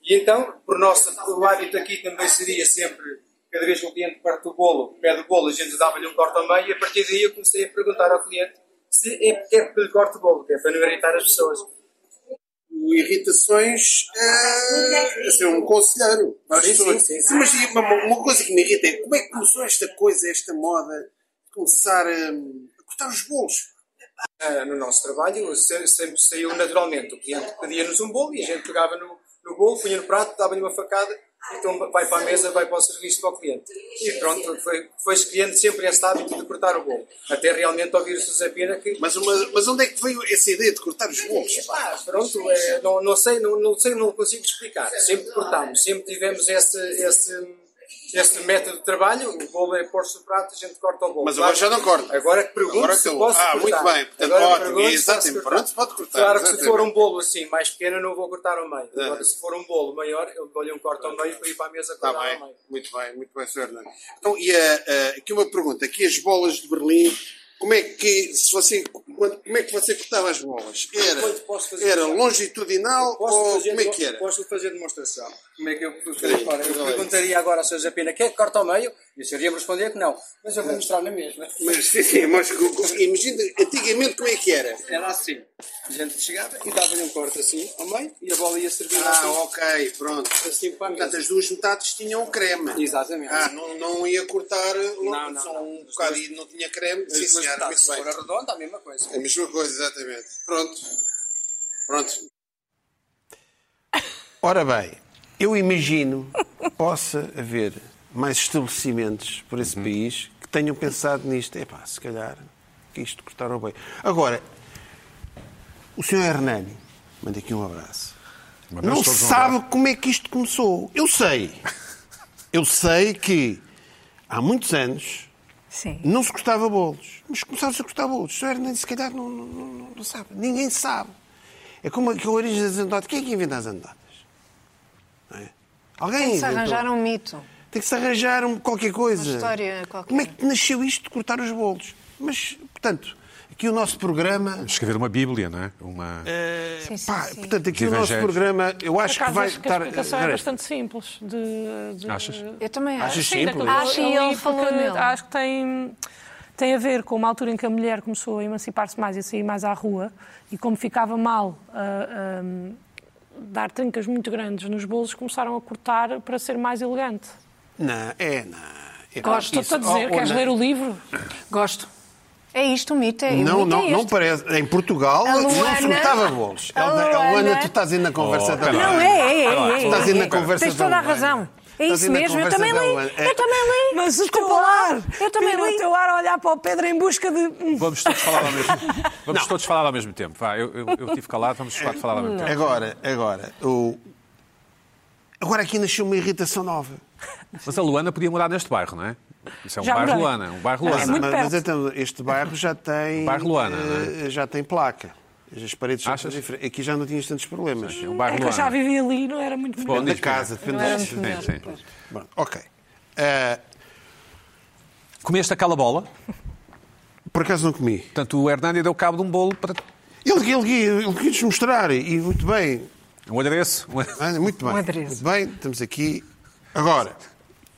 S7: e então, por nosso o hábito aqui também seria sempre, cada vez que o cliente parte o bolo, pede o bolo, a gente dava-lhe um corte ao meio, e a partir daí eu comecei a perguntar ao cliente se é quer que lhe corte o bolo, que é para não é irritar as pessoas.
S5: o Irritações a, a ser um conselheiro. Às
S7: Sim, sim,
S5: pessoas.
S7: sim, sim.
S5: Mas e uma, uma coisa que me irrita é como é que começou esta coisa, esta moda, de começar a, a cortar os bolos.
S7: Ah, no nosso trabalho se- sempre saiu naturalmente. O cliente pedia-nos um bolo e a gente pegava no, no bolo, punha no prato, dava-lhe uma facada, então vai para a mesa, vai para o serviço para o cliente. E pronto, foi, foi criando sempre esse hábito de cortar o bolo. Até realmente ouvir o José Pina que.
S5: Mas, uma- mas onde é que veio essa ideia de cortar os bolos? pá?
S7: Ah, pronto, é, não, não sei, não, não sei, não consigo explicar. Sempre cortámos, sempre tivemos esse, esse, esse método de trabalho. O bolo é pôr-se o prato, a gente corta o bolo.
S5: Mas agora já não corta.
S7: Agora que pergunto
S5: Agora
S7: se
S5: acabou.
S7: posso
S5: Ah,
S7: cortar.
S5: muito bem. Portanto,
S7: Agora
S5: ótimo.
S7: pergunto se
S5: Exato,
S7: posso
S5: tem-
S7: cortar.
S5: pronto, pode cortar.
S7: Claro que se
S5: Exatamente.
S7: for um bolo assim mais pequeno, não vou cortar ao meio. Agora, se for um bolo maior, eu dou-lhe um corte ao meio para ir para a mesa
S5: Está
S7: cortar ao
S5: Tá bem,
S7: meio.
S5: muito bem, muito bem, Fernando. Então, e ah, ah, aqui uma pergunta. Aqui as bolas de Berlim, como é que, se você, quando- como é que você cortava as bolas?
S7: Posso- posso
S5: Era,
S7: fazer-
S5: era longitudinal ou como é que era?
S7: Posso fazer demonstração? Como é que eu
S5: Peraí,
S7: Ora, eu
S5: peraí.
S7: perguntaria agora ao Sr. José Pina, quer que corta ao meio? E o senhor ia responder que não. Mas eu vou mostrar na mesma.
S5: Mas, sim, sim, mas co- co- imagina, antigamente como é que era?
S7: Era assim. A gente chegava e dava-lhe um corte assim ao meio e a bola ia servir
S5: Ah,
S7: assim,
S5: ok, pronto.
S7: assim para a mesa.
S5: Portanto, as duas metades tinham o creme.
S7: Exatamente.
S5: Ah, não, não ia cortar
S7: Não, não,
S5: só
S7: não.
S5: um bocado e não tinha creme. Sim,
S7: As duas
S5: senhora,
S7: metades,
S5: muito
S7: se for
S5: bem.
S7: redonda, a mesma coisa.
S5: A mesma coisa, exatamente. Pronto. Pronto.
S2: Ora bem, eu imagino que possa haver mais estabelecimentos por esse país que tenham pensado nisto. É pá, se calhar que isto cortaram bem. Agora, o senhor Hernani, manda aqui um abraço. Não se
S1: um
S2: sabe como é que isto começou. Eu sei. Eu sei que há muitos anos
S3: Sim.
S2: não se cortava bolos, mas começaram-se a cortar bolos. O senhor Hernandes, se calhar, não, não- não- não- não sabe. Ninguém sabe. É como a, que a origem das anedotas. Quem é que inventa as anedotas? Não é? Alguém
S3: Tem que se
S2: inventou.
S3: arranjar um mito.
S2: Tem que se arranjar um- qualquer coisa.
S3: Uma história qualquer.
S2: Como é que nasceu isto de cortar os bolos? Mas, portanto, aqui o nosso programa...
S1: Escrever uma Bíblia, não é? Uma...
S4: Eh,
S3: Sim, sim,
S2: É, Pá,
S3: sim.
S2: portanto, aqui
S1: De
S2: o nosso
S1: evangelhos.
S2: programa, eu
S4: Por
S2: acho que
S4: acaso,
S2: vai
S4: acho que a
S2: estar...
S4: explicação é
S2: Espera aí.
S4: bastante simples. De, de-
S1: Achas?
S3: Eu também acho.
S2: Achas
S4: Sim,
S2: simples?
S4: daquilo que
S3: Acho, e
S4: eu li,
S3: ele falou
S4: porque
S3: nele.
S4: Acho que tem, tem a ver com uma altura em que a mulher começou a emancipar-se mais e a sair mais à rua e como ficava mal ah, ah, dar trancas muito grandes nos bolos, começaram a cortar para ser mais elegante.
S2: Não, é, não. É,
S4: Gosto,
S2: isso.
S4: estou a dizer,
S2: Oh, oh,
S4: queres
S2: não.
S4: ler o livro?
S3: Gosto. É isto, o mito é o
S2: Não,
S3: mito é
S2: não, não
S3: este.
S2: parece. Em Portugal
S3: A
S2: não se
S3: Luana-
S2: cortava bolos.
S3: A
S2: A Luana, a Luana,
S3: Luana-
S2: tu estás indo na conversa
S1: Oh,
S2: da
S1: pera lá.
S3: Não, é, é, é. é, é,
S2: Estás indo na
S3: é.
S2: conversa
S3: Tens toda a
S2: da Luana.
S3: razão. É
S2: Estás
S3: isso
S2: indo na
S3: mesmo, eu
S2: conversa
S3: também
S2: da
S3: li.
S2: Luana. É.
S3: Eu também li. Desculpa lá. Eu também
S4: Pina, o
S3: li.
S4: teu ar a olhar para o Pedro em busca de... hum,
S1: Vamos todos falar ao mesmo tempo. Vamos todos falar ao mesmo tempo. Vá, eu, eu, eu tive calado, vamos quatro falar ao mesmo tempo.
S2: Agora, agora, o... agora aqui nasceu uma irritação nova.
S1: Mas a Luana podia morar neste bairro, não é? Isso é um
S4: Já
S1: bairro
S4: morei.
S1: Luana. Um bairro
S4: Não, é
S1: Luana.
S4: muito
S2: mas,
S4: perto.
S2: mas então, este bairro já tem.
S1: Bairro Luana, é?
S2: eh, já tem placa. As paredes já são
S1: Achas?
S2: diferentes. Aqui já não tinhas tantos problemas.
S1: É um bairro
S4: é que eu
S1: Luana.
S4: já vivi ali, não era muito
S1: Bom,
S4: bonito.
S2: Depende da
S1: diz, Pedro.
S2: casa, depende
S3: Não
S2: da
S3: era
S2: casa.
S3: muito
S1: Sim, sim.
S2: Bom, Ok. Eh,
S1: Comeste aquela bola,
S2: por acaso não comi.
S1: portanto o Hernani deu cabo de um bolo para.
S2: Ele, ele, ele quis mostrar e muito bem.
S1: Um adereço. um-
S2: Ah, Muito bem.
S3: Um adereço.
S2: Muito bem, estamos aqui. Agora,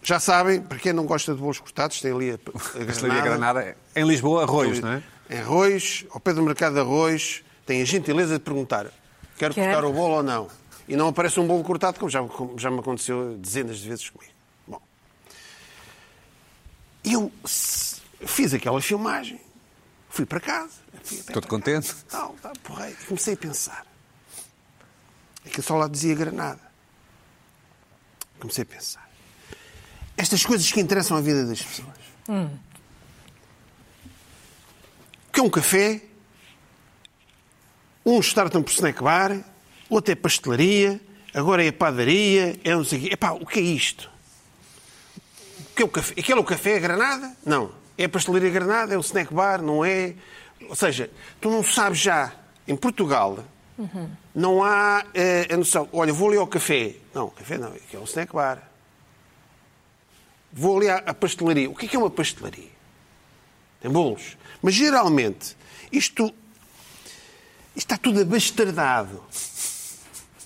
S2: já sabem, para quem não gosta de bolos cortados, tem ali a, a
S1: Esta ali é
S2: granada.
S1: Granada. Em Lisboa, arroios, não é?
S2: Em Arroz, ao pé do mercado de arroz, tem a gentileza de perguntar: quero
S3: Quer?
S2: cortar o bolo ou não? E não aparece um bolo cortado, como já, como já me aconteceu dezenas de vezes comigo. Bom, eu s- fiz aquela filmagem, fui para casa. fui até
S1: Todo
S2: para
S1: contente.
S2: casa, Tal, tal, porrei. E Comecei a pensar. Aquilo só lá dizia Granada. Comecei a pensar. Estas coisas que interessam à vida das pessoas. Que é um café, uns startam por snack bar, outro é pastelaria, agora é padaria, é não sei o quê. Epá, o que é isto? O que é o café? Aquele é o café é Granada? Não. É a pastelaria Granada, é o snack bar, não é? Ou seja, tu não sabes já, em Portugal, não há eh, a noção, olha, vou ali ao café. Não, café não, aqui é um snack bar. Vou ali à, à pastelaria. O que é que é uma pastelaria? Tem bolos. Mas geralmente, isto, isto está tudo abastardado.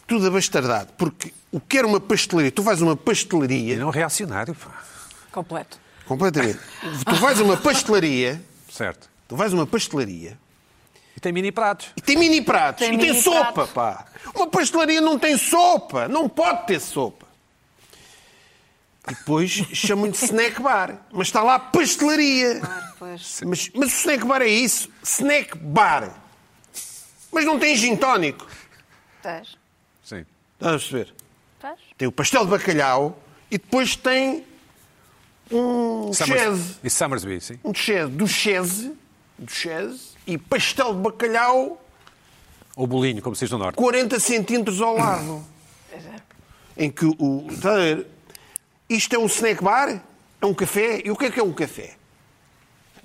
S2: Tudo abastardado. Porque o que era uma pastelaria? Tu vais a uma pastelaria.
S1: Ele é um reacionário, pá.
S3: Completo.
S2: Completamente. Tu vais a uma pastelaria,
S1: Certo.
S2: tu vais a uma pastelaria
S1: E tem mini pratos.
S2: E tem mini pratos.
S3: Tem
S2: e tem
S3: mini
S2: sopa,
S3: pratos.
S2: pá. Uma pastelaria não tem sopa. Não pode ter sopa. E depois chamam-lhe de snack bar. Mas está lá pastelaria.
S3: Claro, pois.
S2: Mas, mas o snack bar é isso. Snack bar. Mas não tem gin tónico.
S3: Tens.
S1: Sim.
S2: Estás a perceber?
S3: Tens.
S2: Tem o pastel de bacalhau e depois tem um chese.
S1: E Summersby, sim.
S2: Um chese. Do chese. Do chese. E pastel de bacalhau
S1: Ou bolinho, como se diz no Norte.
S2: 40 centímetros ao lado.
S3: é.
S2: em que o. Está a ver? Isto é um snack bar? É um café? E o que é que é um café?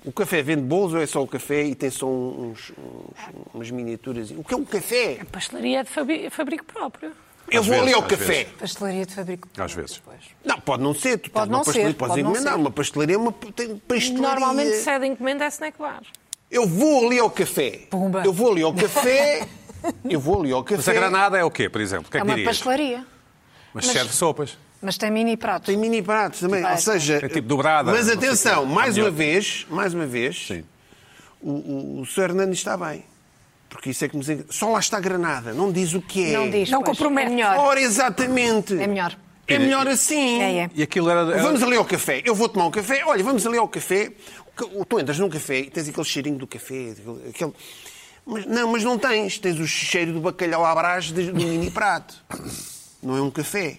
S2: O café vende bolos ou é só o café e tem só uns, uns- umas miniaturas? O que é um café?
S4: Pastelaria é de fabri- fabrico próprio.
S2: Eu
S1: Às
S2: vou ali
S1: vezes,
S2: ao
S1: às
S2: café.
S1: vezes.
S3: Pastelaria de fabrico.
S1: Às vezes.
S3: Pois.
S2: Não, pode não ser. Tu
S3: Pode
S2: tens uma
S3: não
S2: pastelaria,
S3: ser,
S2: Podes
S3: pode não
S2: encomendar
S3: ser.
S2: uma pastelaria, é uma tem pastelaria.
S4: Normalmente
S2: eh,
S4: cede encomenda é snack bar.
S2: Eu vou ali ao café.
S3: Pumba.
S2: Eu vou ali ao café. Eu vou ali ao café.
S1: Mas a granada é o quê, por exemplo? O que é
S3: É
S1: que
S3: uma
S1: dirias?
S3: pastelaria.
S1: Mas serve sopas.
S3: Mas tem mini pratos.
S2: Tem mini pratos também, ou
S3: Vai.
S2: seja...
S1: É tipo dobrada, não
S2: Mas
S1: sei o
S2: atenção,
S1: quê.
S2: mais
S1: Melhor.
S2: uma vez, mais uma vez,
S1: Sim.
S2: o, o, o Sr. Hernandes está bem. Porque isso é que nos... engan- Só lá está a granada, não diz o que é.
S3: Não diz.
S4: Não
S3: pois.
S4: compromete.
S3: É melhor.
S2: Ora, exatamente.
S3: É melhor.
S2: É melhor assim.
S3: É, é.
S1: E aquilo era. era-
S2: Vamos ali ao café. Eu vou tomar um café. Olha, vamos ali ao café. O ca- o- Tu entras num café e tens aquele cheirinho do café. aquele- aquele- Mas, não, mas não tens. Tens o cheiro do bacalhau à brás de- do mini prato. Não é um café.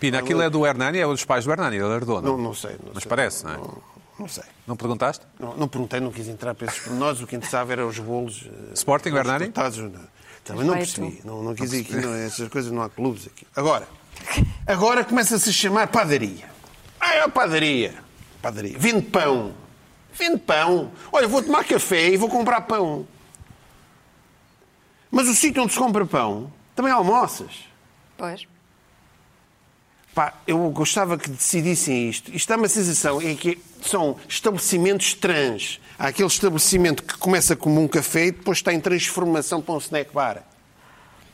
S1: Pina, aquilo é do Hernani, é dos pais do Hernani, ele herdou,
S2: Não, não sei. não
S1: Mas
S2: sei.
S1: parece, não é?
S2: Não, não sei.
S1: Não perguntaste?
S2: Não, não perguntei, não quis entrar para esses pormenores. O que interessava era os bolos. eh,
S1: Sporting,
S2: os
S1: Hernani?
S2: cortados, não. Também não
S3: Respeito.
S2: percebi. Não, não quis ir aqui. não, essas coisas não há clubes aqui. Agora, agora começa-se a chamar padaria. Ah, é a padaria. Padaria. Vende pão. Vende pão. Olha, vou tomar café e vou comprar pão. Mas o sítio onde se compra pão também há almoças.
S3: Pois.
S2: Pá, eu gostava que decidissem isto. Isto dá uma sensação, é que são estabelecimentos trans. Há aquele estabelecimento que começa como um café e depois está em transformação para um snack bar.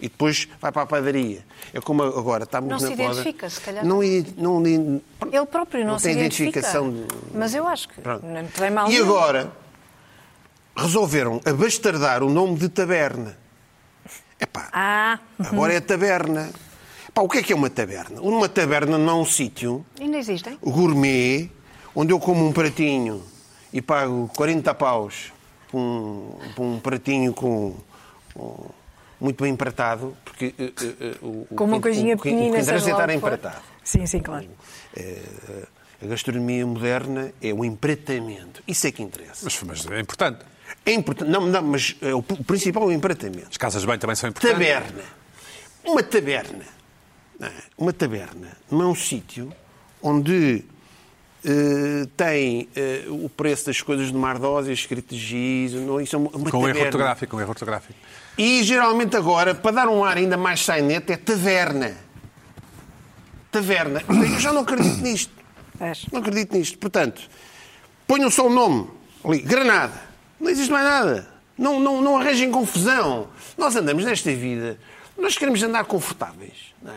S2: E depois vai para a padaria. É como agora, está muito
S3: Não
S2: na
S3: se
S2: moda.
S3: identifica, se calhar.
S2: Não, i- não, i-
S3: Ele próprio não,
S2: Não
S3: se
S2: tem
S3: identifica.
S2: identificação de-
S3: Mas eu acho que
S2: Pronto.
S3: não tem mal
S2: E
S3: nenhum.
S2: agora resolveram abastardar o nome de taberna. Epá,
S3: Ah,
S2: agora é taberna. Pá, o que é que é uma taberna? Uma taberna não é um sítio
S3: ainda existem.
S2: gourmet, onde eu como um pratinho e pago 40 paus por um, por um pratinho com, com- muito bem empratado, porque eh, eh, eh, o, o
S3: Com uma
S2: que-
S3: coisinha
S2: o, que-
S3: pequenina.
S2: o que interessa
S3: seja
S2: é
S3: lá o
S2: estar
S3: que for.
S2: empratado.
S3: Sim, sim, claro.
S2: Eh, a gastronomia moderna é o empratamento. Isso é que interessa.
S1: Mas, mas é importante.
S2: É importante. Não, não, mas eh, o o principal é o empratamento.
S1: As casas bem também são importantes.
S2: Taberna. Uma taberna. Não é? Uma taberna não é um sítio onde eh, tem eh, o preço das coisas de mardose, escrito de giz, não, isso é uma, uma
S1: Com um erro
S2: taberna.
S1: ortográfico, um erro ortográfico.
S2: E geralmente agora, para dar um ar ainda mais sainete, é taverna. Taverna. Eu já não acredito nisto.
S3: Pois.
S2: Não acredito nisto. Portanto, ponham só o nome ali, Granada. Não existe mais nada. Não, não, não arranjem confusão. Nós andamos nesta vida, nós queremos andar confortáveis. Não é?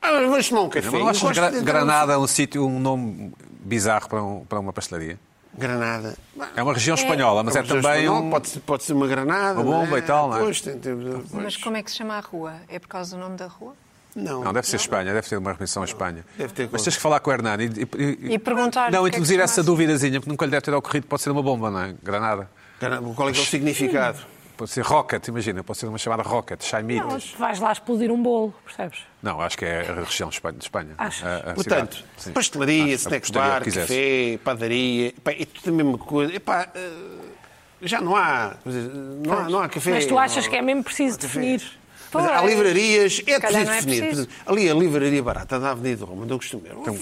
S2: Ah, vamos tomar um café.
S1: Eu não
S2: Eu
S1: achas
S2: gosto
S1: Gra-
S2: de entrar no-
S1: Granada um sítio, um nome bizarro para, um- para uma pastelaria?
S2: Granada.
S1: É uma região espanhola, mas é
S2: Vamos ver
S1: também
S2: espanhol,
S1: um...
S2: pode, ser, pode ser uma granada.
S1: uma bomba e tal, não é?
S2: Pois, tem- tem-
S3: Mas como é que se chama a rua? É por causa do nome da rua?
S2: Não,
S1: Não, deve ser Espanha, deve ter uma remissão à Espanha.
S2: Deve ter
S1: Mas
S2: coisa.
S1: tens que falar com o Hernani e,
S3: E perguntar
S1: Não,
S3: o
S1: e
S3: que é
S1: te
S3: que
S1: dizer
S3: se
S1: essa
S3: chama.
S1: duvidazinha, porque nunca lhe deve ter ocorrido. Pode ser uma bomba, não é? Granada.
S2: Granada. Qual é que é o significado?
S1: Pode ser rocket, imagina. Pode ser uma chamada rocket,
S4: Não,
S1: chaimitas.
S4: vais lá explodir um bolo, percebes?
S1: Não, acho que é a região de Espanha. de Espanha.
S4: Achas?
S1: A- a
S2: Portanto,
S1: cidade. Sim.
S2: pastelaria,
S1: Acho que
S2: snack
S1: apostaria ao
S2: bar,
S1: que quisesse.
S2: café, padaria, pá, é tudo a mesma coisa. Epá, eh, já não há, quer dizer, não há, não há café.
S4: Mas tu
S2: não
S4: achas
S2: há-
S4: que é mesmo preciso
S2: não há café.
S4: definir?
S2: Mas há
S3: Pois.
S2: livrarias, é
S3: Se calhar
S2: preciso
S3: não é
S2: definir.
S3: preciso.
S2: Por exemplo, Ali a livraria barata da Avenida de Roma, onde eu costumo. ir,
S1: Então-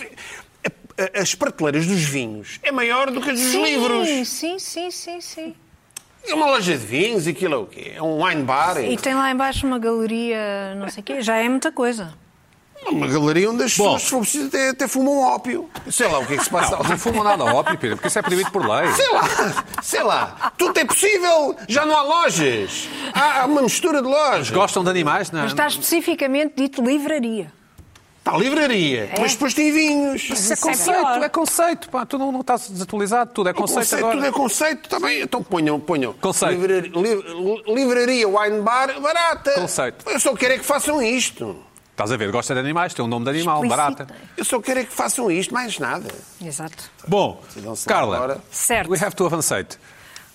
S2: a- a- As prateleiras dos vinhos é maior do que as dos livros.
S3: Sim, sim, sim, sim.
S2: É uma loja de vinhos, aquilo é o quê? É um wine bar, é
S3: E tem lá embaixo uma galeria, não sei o quê. Já é muita coisa.
S2: uma galeria onde as
S1: Bom.
S2: pessoas, se for preciso, até, até fumam um ópio. Sei lá o que é que se passa
S1: Não,
S2: lá.
S1: não fumam nada ópio, Pedro, porque isso é proibido por lei.
S2: Sei lá, sei lá. Tudo é possível. Já não há lojas. Há, há uma mistura de lojas.
S1: Gostam de animais, não é?
S3: Mas está especificamente dito livraria.
S2: Está livraria,
S1: É.
S2: mas depois tem vinhos.
S1: Isso é
S4: Isso é
S1: conceito,
S4: pior.
S1: é conceito, pá. Tu não, não estás desatualizado, tudo é conceito,
S2: Conceito,
S1: agora.
S2: tudo é conceito também. Então ponham, ponham.
S1: Conceito.
S2: Livraria, li- livraria wine bar barata.
S1: Conceito.
S2: Eu só quero é que façam isto.
S1: é- Estás a ver, gosta de animais, tem um nome de animal,
S3: Explicita.
S1: barata.
S2: Eu só quero é que façam isto, mais nada.
S3: Exato.
S1: Bom,
S2: Decidam-se
S1: Carla,
S2: agora.
S3: Certo.
S1: we have to avançate.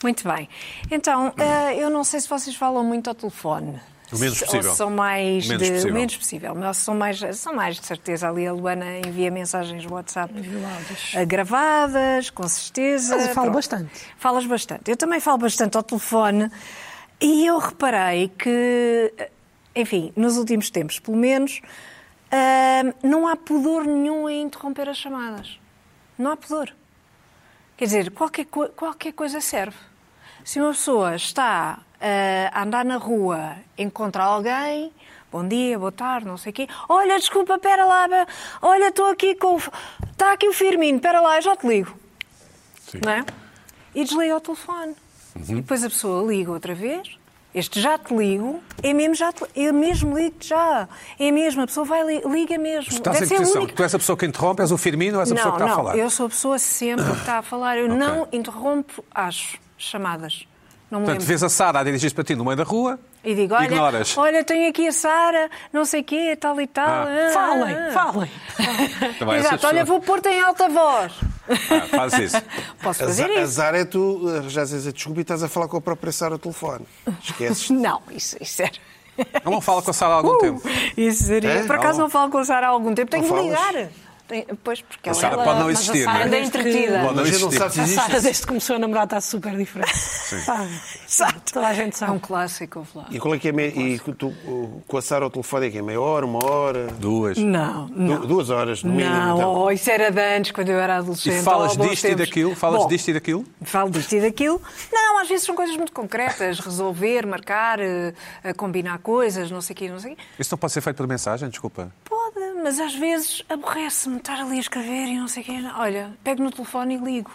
S3: Muito bem. Então, eh, eu não sei se vocês falam muito ao telefone.
S1: O menos
S3: Se- ou
S1: possível.
S3: são mais
S1: O menos
S3: de-
S1: possível.
S3: o menos possível. Nós são mais, são mais de certeza ali. A Luana envia mensagens WhatsApp eh, gravadas, com certeza.
S4: Mas eu falo
S3: Pronto.
S4: bastante.
S3: Falas bastante. Eu também falo bastante ao telefone e eu reparei que, eh, enfim, nos últimos tempos, pelo menos, ahm, não há pudor nenhum em interromper as chamadas. Não há pudor. Quer dizer, qualquer, co- qualquer coisa serve. Se uma pessoa está ah, a andar na rua, encontra alguém, bom dia, boa tarde, não sei o quê, olha, desculpa, pera lá, be- olha, estou aqui com o... F- Está aqui o Firmino, pera lá, eu já te ligo. Não é? E desliga o telefone.
S1: Uhum.
S3: E depois a pessoa liga outra vez. Este já te ligo, é mesmo já te, eu mesmo ligo-te já. É mesmo, a pessoa vai li- liga mesmo.
S1: Estás
S3: Deve
S1: em
S3: ser a
S1: posição.
S3: única-
S1: Tu és a pessoa que interrompe, és o Firmino ou és a pessoa
S3: não,
S1: que está
S3: não,
S1: a falar?
S3: eu sou a pessoa sempre que está a falar. Eu não interrompo as chamadas. Não me
S1: Portanto,
S3: lembro.
S1: vês a Sara a dirigir-se para ti no meio da rua
S3: E digo, olha,
S1: ignoras.
S3: olha, tenho aqui a Sara, não sei o quê, tal e tal.
S1: Ah.
S3: Ah,
S4: Falem,
S3: ah, ah.
S4: falem.
S1: Também essa
S3: Exato,
S1: pessoa-
S3: olha, vou pôr-te em alta voz.
S1: Ah, faz isso.
S3: Posso fazer
S2: Azar,
S3: isso?
S2: azar é tu arranjares a desculpa e estás a falar com a própria Sara ao telefone. Esqueces.
S3: Não, isso, isso era. Uh,
S1: Eu não falo com a Sara há algum tempo.
S3: Isso seria.
S2: É?
S3: Por acaso
S2: Não.
S3: não falo com a Sara há algum tempo. Tenho que
S2: falas?
S3: ligar. Tenho- Pois, porque ela,
S1: Sara
S3: ela
S1: pode não
S3: mas a
S1: existir,
S3: Sara
S1: não é?
S3: anda entretida.
S1: Pode não
S2: Mas eu não
S1: existir.
S2: sabe se
S4: A
S2: existe.
S4: Sara, desde que começou a namorar, está super diferente. Sabe?
S3: Exato.
S4: Toda a gente
S3: É um
S4: sabe.
S3: clássico, Flávio.
S2: E qual é que é a me- e tu, o- com a Sara ao telefone é que é meia hora, uma hora, Du-
S1: Duas.
S3: Não, não.
S2: duas horas no mínimo.
S3: Não,
S2: então.
S3: oh, isso era de antes, quando eu era adolescente.
S1: E falas
S3: Oh, bons
S1: disto e
S3: tempos.
S1: daquilo? Falas
S3: Bom,
S1: disto e daquilo?
S3: Falo disto e daquilo. Não, às vezes são coisas muito concretas. Resolver, marcar, eh, eh, combinar coisas, não sei o quê, não sei o quê.
S1: Isso não pode ser feito por mensagem, desculpa.
S3: Pode, mas às vezes aborrece-me estar ali a escrever e não sei o quê. Olha, pego no telefone e ligo.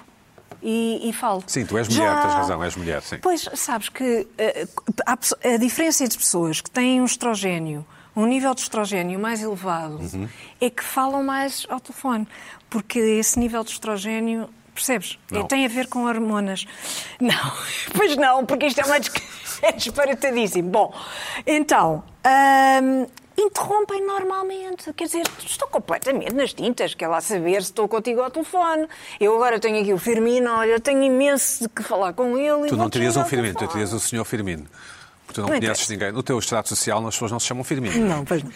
S3: E, e falo.
S1: Sim, tu és mulher,
S3: Já-
S1: tens razão, és mulher, sim.
S3: Pois, sabes que eh, há pesso- a diferença entre pessoas que têm um estrogénio, um nível de estrogénio mais elevado,
S1: Uhum.
S3: é que falam mais ao telefone. Porque esse nível de estrogénio, percebes? É,
S1: Não.
S3: tem a ver com hormonas. Não, pois não, porque isto é, uma dis- é disparatadíssimo. Bom, então. hum, Interrompem normalmente, quer dizer, estou completamente nas tintas, quer lá saber se estou contigo ao telefone. Eu agora tenho aqui o Firmino, olha, tenho imenso de que falar com ele
S1: Tu não terias um
S3: firmino,
S1: Firmino, tu terias o senhor Firmino. Porque tu não
S3: Não
S1: conheces
S3: interessa.
S1: ninguém. No teu extrato social, as pessoas não se chamam Firmino.
S3: Não, pois não.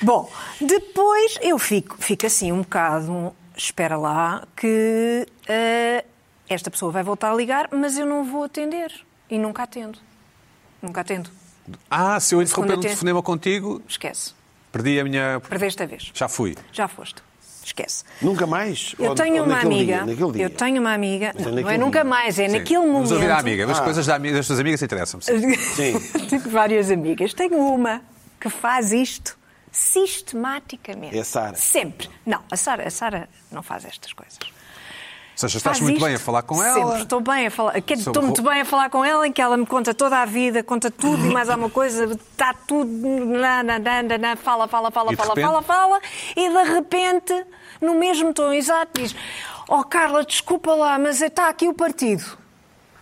S3: Bom, depois eu fico, fico assim um bocado, espera lá, que eh, esta pessoa vai voltar a ligar, mas eu não vou atender. E nunca atendo. Nunca atendo.
S1: Ah, se eu interromper um
S3: Segunda-feira.
S1: telefonema contigo,
S3: Esquece.
S1: perdi a minha.
S3: Perdeste a vez.
S1: Já fui.
S3: Já foste. Esquece.
S2: Nunca mais?
S3: Eu
S2: Ou-
S3: tenho
S2: ou
S3: uma
S2: naquele
S3: amiga.
S2: Dia, naquele dia.
S3: Eu tenho uma amiga.
S2: Mas é
S3: Não, não é
S2: naquele
S3: nunca
S2: dia.
S3: mais, é
S1: Sim.
S3: naquele momento. Ah.
S1: Vamos ouvir a amiga. As coisas da ami- das tuas amigas interessam-me.
S3: Tenho várias amigas. Tenho uma que faz isto sistematicamente.
S2: É a Sara.
S3: Sempre. Não, a Sara, a Sara não faz estas coisas.
S1: Ou seja, estás
S3: Faz
S1: muito
S3: isto
S1: bem a falar com
S3: sempre.
S1: ela.
S3: Estou bem a falar. quer dizer,
S1: Sobre
S3: Estou muito
S1: roupa.
S3: bem a falar com ela, em que ela me conta toda a vida, conta tudo e mais alguma coisa, está tudo. Na, na, na, na, na, fala, fala, fala,
S1: E de
S3: fala,
S1: repente?
S3: fala, fala, e de repente, no mesmo tom exato, diz: Oh Carla, desculpa lá, mas está aqui o partido.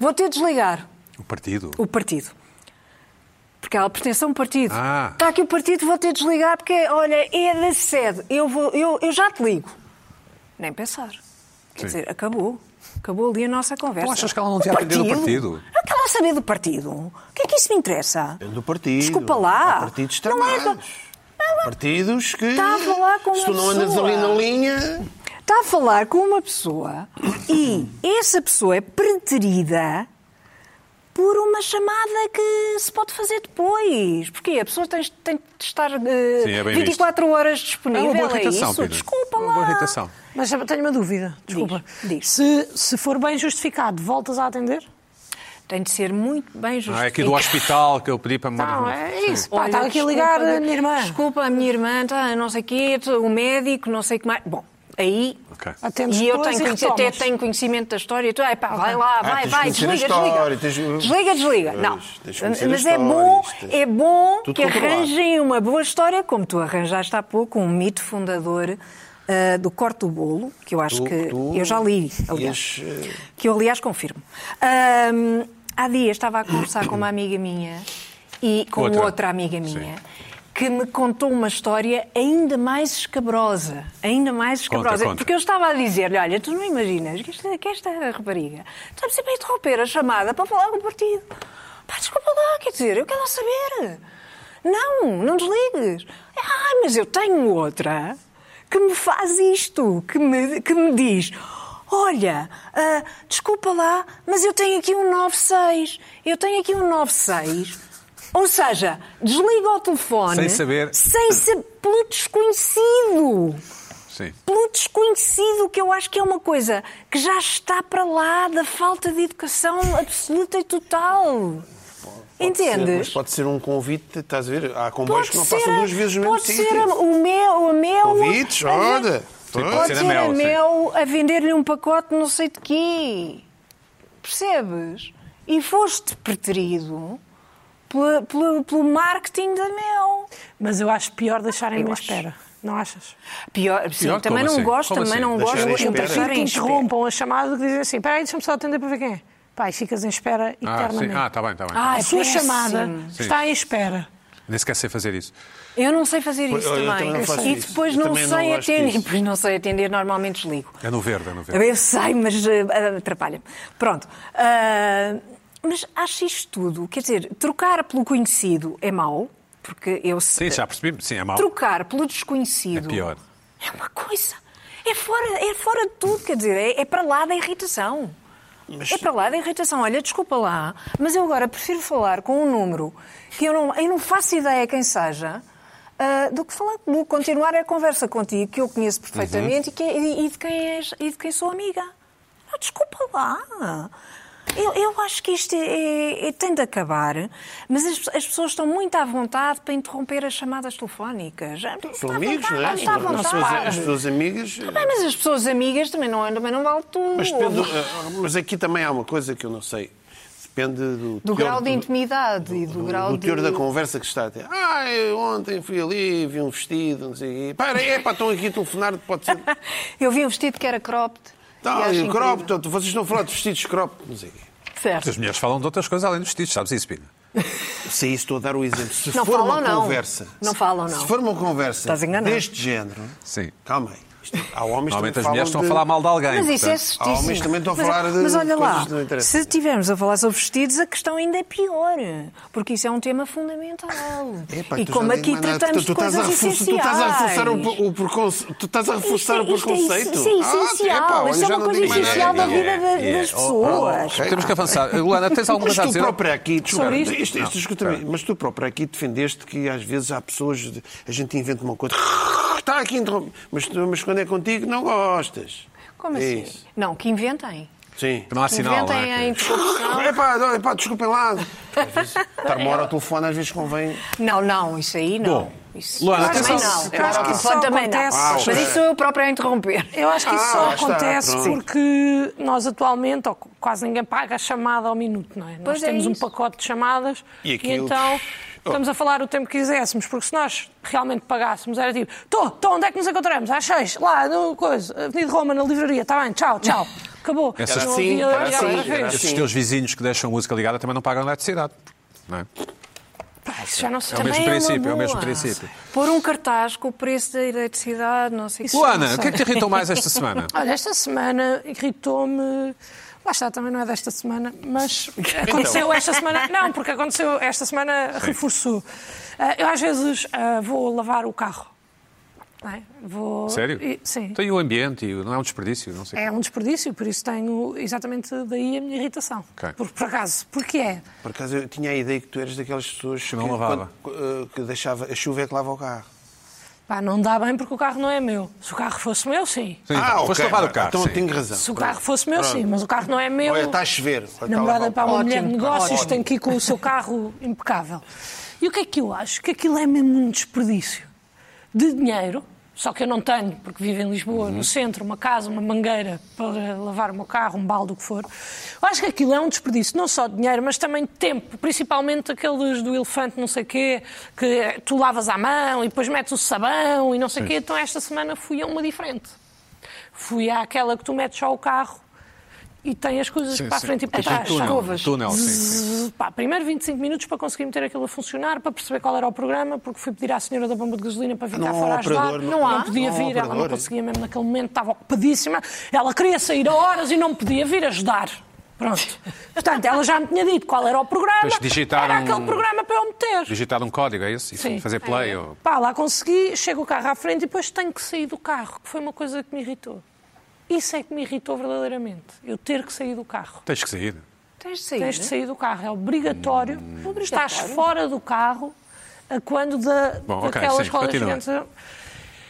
S3: Vou ter de desligar
S1: O partido.
S3: o partido. Porque ela pertence a um partido.
S1: Ah.
S3: Está aqui o partido, vou ter de desligar porque, olha, é da sede. Eu, vou, eu, eu já te ligo. Nem pensar. Quer
S1: Sim.
S3: dizer, acabou. Acabou ali a nossa conversa.
S1: Então achas que ela não
S3: O
S1: devia atender o partido?
S3: Ah, que ela vai saber do partido. O que é que isso me interessa?
S2: É Do partido.
S3: Desculpa lá.
S2: Há partidos
S3: Não é
S2: extremados. Há Partidos que.
S3: Está a falar com
S2: Se tu
S3: uma
S2: não andas
S3: pessoa.
S2: ali na linha.
S3: Está a falar com uma pessoa e essa pessoa é preterida por uma chamada que se pode fazer depois. Porque a pessoa tem, tem de estar eh,
S1: Sim, é bem
S3: 24 horas
S1: É
S3: disponível.
S1: uma boa irritação,
S3: isso?
S1: Pina. É
S3: Desculpa
S1: Uma boa
S3: lá.
S1: irritação.
S4: Mas já tenho uma dúvida, desculpa.
S3: diz.
S4: Se, se for bem justificado, voltas a atender?
S3: Tem de ser muito bem justo.
S1: Ah, é aqui do hospital que eu pedi para me
S4: Não, é isso. Pá,
S3: Olha,
S4: estava aqui a
S3: desculpa,
S4: ligar a minha irmã.
S3: Desculpa, a minha irmã, tá, não sei o quê, o médico, não sei o que mais. Bom, aí.
S1: Ok.
S4: Atemos
S3: E eu
S4: depois
S3: tenho,
S4: Ah, e
S3: conheci- até
S4: retomas.
S3: tenho conhecimento da história. e tudo. Ai, pá, vai lá, vai,
S2: Ah, tens
S3: vai,
S2: de conhecer
S3: desliga,
S2: a história,
S3: desliga.
S2: tens de-
S3: Desliga, desliga.
S2: Pois,
S3: Não.
S2: tens de conhecer
S3: Mas
S2: a
S3: é
S2: história,
S3: bom,
S2: isto é-
S3: é bom
S2: Tudo
S3: que
S2: controlado.
S3: arranjem uma boa história, como tu arranjaste há pouco, um mito fundador ah, do corte do bolo, que eu acho
S2: Tu-
S3: que
S2: tu
S3: eu já li, aliás.
S2: ias, eh,
S3: Que eu, aliás, confirmo. Ahm, há dias estava a conversar com uma amiga minha e com
S1: Outra.
S3: outra, amiga minha.
S1: Sim.
S3: Que me contou uma história ainda mais escabrosa. Ainda mais escabrosa.
S1: conta.
S3: Porque eu estava a dizer-lhe: olha, tu não imaginas que esta, que esta rapariga está sempre a interromper a chamada para falar com o partido. Pá, desculpa lá, quer dizer, eu quero lá saber. Não, não desligues. Ah, mas eu tenho outra que me faz isto, que me, que me diz. Olha, ah, desculpa lá, mas eu tenho aqui um 96. Eu tenho aqui um 96. Ou seja, desliga o telefone.
S1: Sem saber.
S3: Sem saber. Pelo desconhecido
S1: Sim.
S3: pelo desconhecido, que eu acho que é uma coisa que já está para lá da falta de educação absoluta e total.
S2: Ser, mas
S3: Entendes?
S2: pode ser um convite, estás a ver? Há comboios que não passam
S3: a-
S2: duas vezes no mesmo
S3: pode
S2: sítio.
S3: ser a- o meu, o meu
S2: Convites,
S3: a-
S2: olha.
S1: Sim,
S2: Pronto.
S1: pode
S3: Pode
S1: ser
S3: ser
S1: a Mel,
S3: a
S1: sim.
S3: meu a vender-lhe um pacote não sei de quê. Percebes? E foste preterido pela- pela- pelo marketing da Mel.
S4: Mas eu acho pior deixarem-me à
S3: acho.
S4: espera. Não achas?
S3: Pior, sim,
S1: Pior?
S3: também
S1: Como
S3: não
S1: assim?
S3: gosto,
S1: Como
S3: também
S1: assim?
S3: não
S2: Deixar
S3: gosto
S2: em
S3: muito de
S2: espera?
S4: Prefiro
S3: estar
S4: que
S3: em espera.
S4: interrompam a chamada do que dizem assim: peraí, deixa-me só atender para ver quem é. Pá, e ficas em espera
S2: tá
S1: Ah, sim.
S4: eternamente.
S1: Ah, está bem, está bem.
S3: Ah,
S4: a sua
S3: péssimo.
S4: chamada está em espera.
S1: Nem sequer sei fazer isso.
S3: Eu não sei fazer isso
S2: eu
S3: também.
S2: também não faço
S3: e
S2: isso.
S3: depois
S2: Eu
S3: não
S2: também não
S3: sei
S2: gosto
S3: atender.
S2: disso.
S3: Depois não sei atender, normalmente desligo.
S1: É no verde, é no verde.
S3: Eu sei, mas eh, atrapalha-me. Pronto. Ah, mas acho isto tudo. Quer dizer, trocar pelo conhecido é mau, porque eu sei.
S1: Sim, já percebi. Sim, é mau.
S3: Trocar pelo
S1: É
S3: desconhecido
S1: pior.
S3: é uma coisa. É fora, é fora de tudo, quer dizer, é, é para lá da irritação. É para lá da irritação. Olha, desculpa lá, mas eu agora prefiro falar com um número que eu não, eu não faço ideia quem seja. ah, do que falar, do que continuar a conversa contigo, que eu conheço perfeitamente e,
S2: Uhum.
S3: que- é, e- e de quem és, e de quem sou amiga. Não, desculpa lá. Eu, eu acho que isto é- é- é- tem de acabar, mas as, as pessoas estão muito à vontade para interromper as chamadas telefónicas.
S2: São
S3: Está à
S2: amigos,
S3: vontade,
S2: não é?
S3: está à
S2: As pessoas-
S3: vontade.
S2: as pessoas amigas. eh,
S3: Bem, mas as pessoas amigas também não, também não vale tudo.
S2: Mas, depende, eh, mas aqui também há uma coisa que eu não sei. Depende do,
S3: do
S2: teor-
S3: grau de
S2: é do-
S3: intimidade e do,
S2: do,
S3: Um grau
S2: do teor
S3: de...
S2: da conversa que está a ter. Ah, eu ontem fui ali, vi um vestido, não sei o quê. Para, é, pá, estão aqui a telefonar, pode ser.
S3: Eu vi um vestido que era cropped. e
S2: Tá,
S3: acho
S2: e crop,
S3: incrível.
S2: portanto, vocês estão a falar de vestidos crop, não sei o quê.
S3: Certo.
S1: As mulheres falam de outras coisas além dos vestidos, sabes isso, Pina?
S2: Se é isso estou a dar o exemplo. Se
S3: Não
S2: for
S3: falam,
S2: uma
S3: não.
S2: conversa.
S3: Não falam, não.
S2: Se for uma conversa
S3: Estás enganado.
S2: deste género.
S1: Sim.
S2: Calma aí. Isto- Há homens
S1: Normalmente
S2: que
S1: as mulheres estão a falar mal de alguém.
S3: Mas isso é
S1: portanto.
S3: certíssimo.
S2: há homens que também estão a
S3: Mas-
S2: falar de
S3: Mas olha lá,
S2: coisas que não interessam.
S3: se estivermos a falar sobre vestidos, a questão ainda é pior. Porque isso é um tema fundamental.
S2: Epá,
S3: e
S2: tu
S3: como
S2: já nem
S3: aqui
S2: mandaste-
S3: tratamos
S2: é- tu,
S3: de
S2: tu estás a
S3: coisas
S2: refor-
S3: essenciais.
S2: Tu estás a um reforçar o, pre- o preconceito. Tu estás a
S3: Isto
S2: reforçar
S3: é,
S2: o
S3: isto é,
S2: preconceito.
S3: isso, isso é
S2: Ah,
S3: essencial.
S2: epá, olha,
S3: isso é
S2: já
S3: uma
S2: não
S3: coisa
S2: digo mais nada.
S3: essencial da
S1: Yeah,
S3: vida da-
S1: yeah.
S3: das
S2: Oh, oh,
S3: pessoas.
S2: ok.
S1: Temos que avançar. Luana, tens alguma
S2: é. Mas
S1: coisa a
S2: tu é.
S1: dizer?
S2: própria aqui, desculpa,
S4: isto?
S2: isto, isto,
S1: Não,
S2: escuta-me,
S1: espera.
S2: mas tu própria aqui defendeste que às vezes há pessoas, de- a gente inventa uma coisa, está aqui, interrompe- mas, tu- mas quando é contigo não gostas.
S3: Como
S2: É
S3: assim?
S2: isso.
S3: Não, que inventem.
S2: Sim.
S1: Que não há sinal, não
S3: inventem a
S1: é?
S3: interrupção.
S2: Epá, não, epá, desculpem lá. Às vezes, Estar uma hora ao telefone às vezes convém.
S3: Não, não, isso aí não.
S1: Bom,
S3: isso
S1: Luana,
S3: também
S1: atenção.
S3: não.
S4: Eu acho que isso só
S3: também não.
S4: acontece-
S2: Ah,
S3: Mas
S2: ok.
S3: isso sou eu própria a interromper.
S4: Eu acho que isso
S2: Ah,
S4: só
S2: lá está,
S4: acontece
S2: pronto.
S4: porque nós atualmente, ou quase ninguém paga a chamada ao minuto, não é? nós
S3: Pois é
S4: temos um
S3: isso.
S4: pacote de chamadas
S2: E
S4: e,
S2: aquilo- Oh.
S4: então estamos a falar o tempo que quiséssemos, porque se nós realmente pagássemos era tipo, tô, tô, onde é que nos encontramos? Às seis, lá, no coisa, Avenida Roma, na livraria, está bem, tchau, tchau. Acabou.
S1: Era
S4: Não
S2: assim,
S4: havia-
S2: era
S4: havia
S2: assim,
S4: outra
S2: era
S4: vez.
S1: Esses
S2: Sim.
S1: teus vizinhos que deixam a música ligada também não pagam eletricidade. Não é?
S4: Pá, isso já não se
S1: É o mesmo
S3: Também uma
S1: princípio, é o mesmo
S3: boa.
S1: princípio.
S3: Pôr um cartaz com o preço da eletricidade, não sei o que.
S1: Luana, o que é que te irritou mais esta semana?
S4: Olha, esta semana irritou-me. Lá está, também não é desta semana, mas
S1: Então.
S4: aconteceu esta semana. Não, porque aconteceu esta semana, reforçou. Ah, eu às vezes ah, vou lavar o carro. não é? Vou...
S1: Sério?
S4: E- sim.
S1: Tem o ambiente, e o- não é um desperdício, não sei.
S4: É um desperdício, por isso tenho exatamente daí a minha irritação.
S1: Ok.
S4: Por, por acaso, porque é.
S2: Por acaso eu tinha a ideia que tu eras daquelas pessoas
S1: não
S2: que,
S1: lavava.
S2: quando- eh, que deixava a chuva é que lava o carro.
S4: Pá, não dá bem porque o carro não é meu. Se o carro fosse meu, sim.
S1: Sim, foste
S2: ok,
S1: lavar o carro.
S2: Então
S1: sim.
S2: eu tenho razão.
S4: Se o carro fosse meu,
S2: Pronto.
S4: sim, mas o carro não é meu.
S2: Olha, está a chover. Olha, está a lavar
S4: namorada
S2: o
S4: para
S2: carro.
S4: uma mulher de
S3: Ótimo,
S4: negócios
S3: ótimo.
S4: tem que ir com o seu carro impecável. E o que é que eu acho? Que aquilo é mesmo um desperdício de dinheiro Só que eu não tenho, porque vivo em Lisboa, no centro, uma casa, uma mangueira para lavar o meu carro, um balde, o que for. Eu acho que aquilo é um desperdício, não só de dinheiro, mas também de tempo. Principalmente aqueles do elefante não sei quê, que tu lavas à mão e depois metes o sabão e não sei o quê. Então esta semana fui a uma diferente. Fui àquela que tu metes só o carro e tem as coisas
S8: Sim,
S4: para
S8: sim.
S4: a frente e para
S1: Tem
S4: trás.
S1: túnel,
S4: escovas.
S1: túnel, sim, sim.
S4: Zzz, pá, primeiro 25 minutos para conseguir meter aquilo a funcionar, para perceber qual era o programa, porque fui pedir à senhora da bomba de gasolina para vir
S2: Não
S4: cá
S2: há
S4: fora
S2: operador,
S4: ajudar.
S2: não-
S4: Não,
S2: não há.
S4: podia
S2: Não há
S4: vir, ela não
S2: operador. é
S4: conseguia mesmo naquele momento, estava ocupadíssima. Ela queria sair a horas e não podia vir ajudar. Pronto. Portanto, ela já me tinha dito qual era o programa.
S1: Mas digitaram-
S4: Era aquele programa para eu meter.
S1: Digitar um código, é isso? E
S4: Sim.
S1: fazer play ou...
S4: Pá, lá consegui, chego o carro à frente e depois tenho que sair do carro, que foi uma coisa que me irritou. Isso é que me irritou verdadeiramente. Eu ter que sair do carro.
S1: Tens que sair.
S3: Tens de sair. né?
S4: Tens de sair do carro. É Hum. obrigatório. Estás fora do carro a quando da,
S1: Bom, ok,
S4: daquelas
S1: sim,
S4: rodas
S1: continua.
S4: gigantes.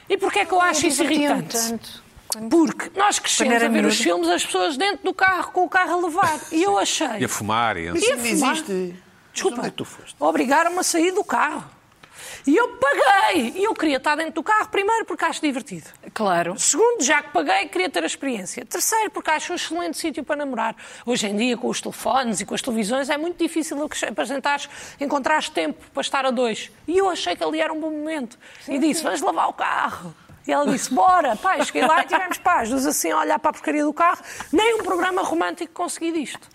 S4: E porquê é que eu acho isso
S3: Divertia-me
S4: irritante?
S3: tanto. Quando-
S4: Porque nós
S3: Quando
S4: crescemos
S3: era
S4: a ver os
S3: miúda.
S4: filmes, as pessoas dentro do carro, com o carro a levar. E eu achei.
S1: E a fumar e...
S2: Isso não
S4: fumar?
S2: existe.
S4: Desculpa.
S2: Onde é que tu foste?
S4: Obrigaram-me a sair do carro. E eu paguei. E eu queria estar dentro do carro, primeiro, porque acho divertido.
S3: Claro.
S4: Segundo, já que paguei, queria ter a experiência. Terceiro, porque acho um excelente sítio para namorar. Hoje em dia, com os telefones e com as televisões, é muito difícil apresentares, encontrares tempo para estar a dois. E eu achei que ali era um bom momento. e disse, vamos lavar o carro. E ela disse, bora, pá, e cheguei lá e tivemos paz. Dos assim a olhar para a porcaria do carro, nem um programa romântico consegui disto.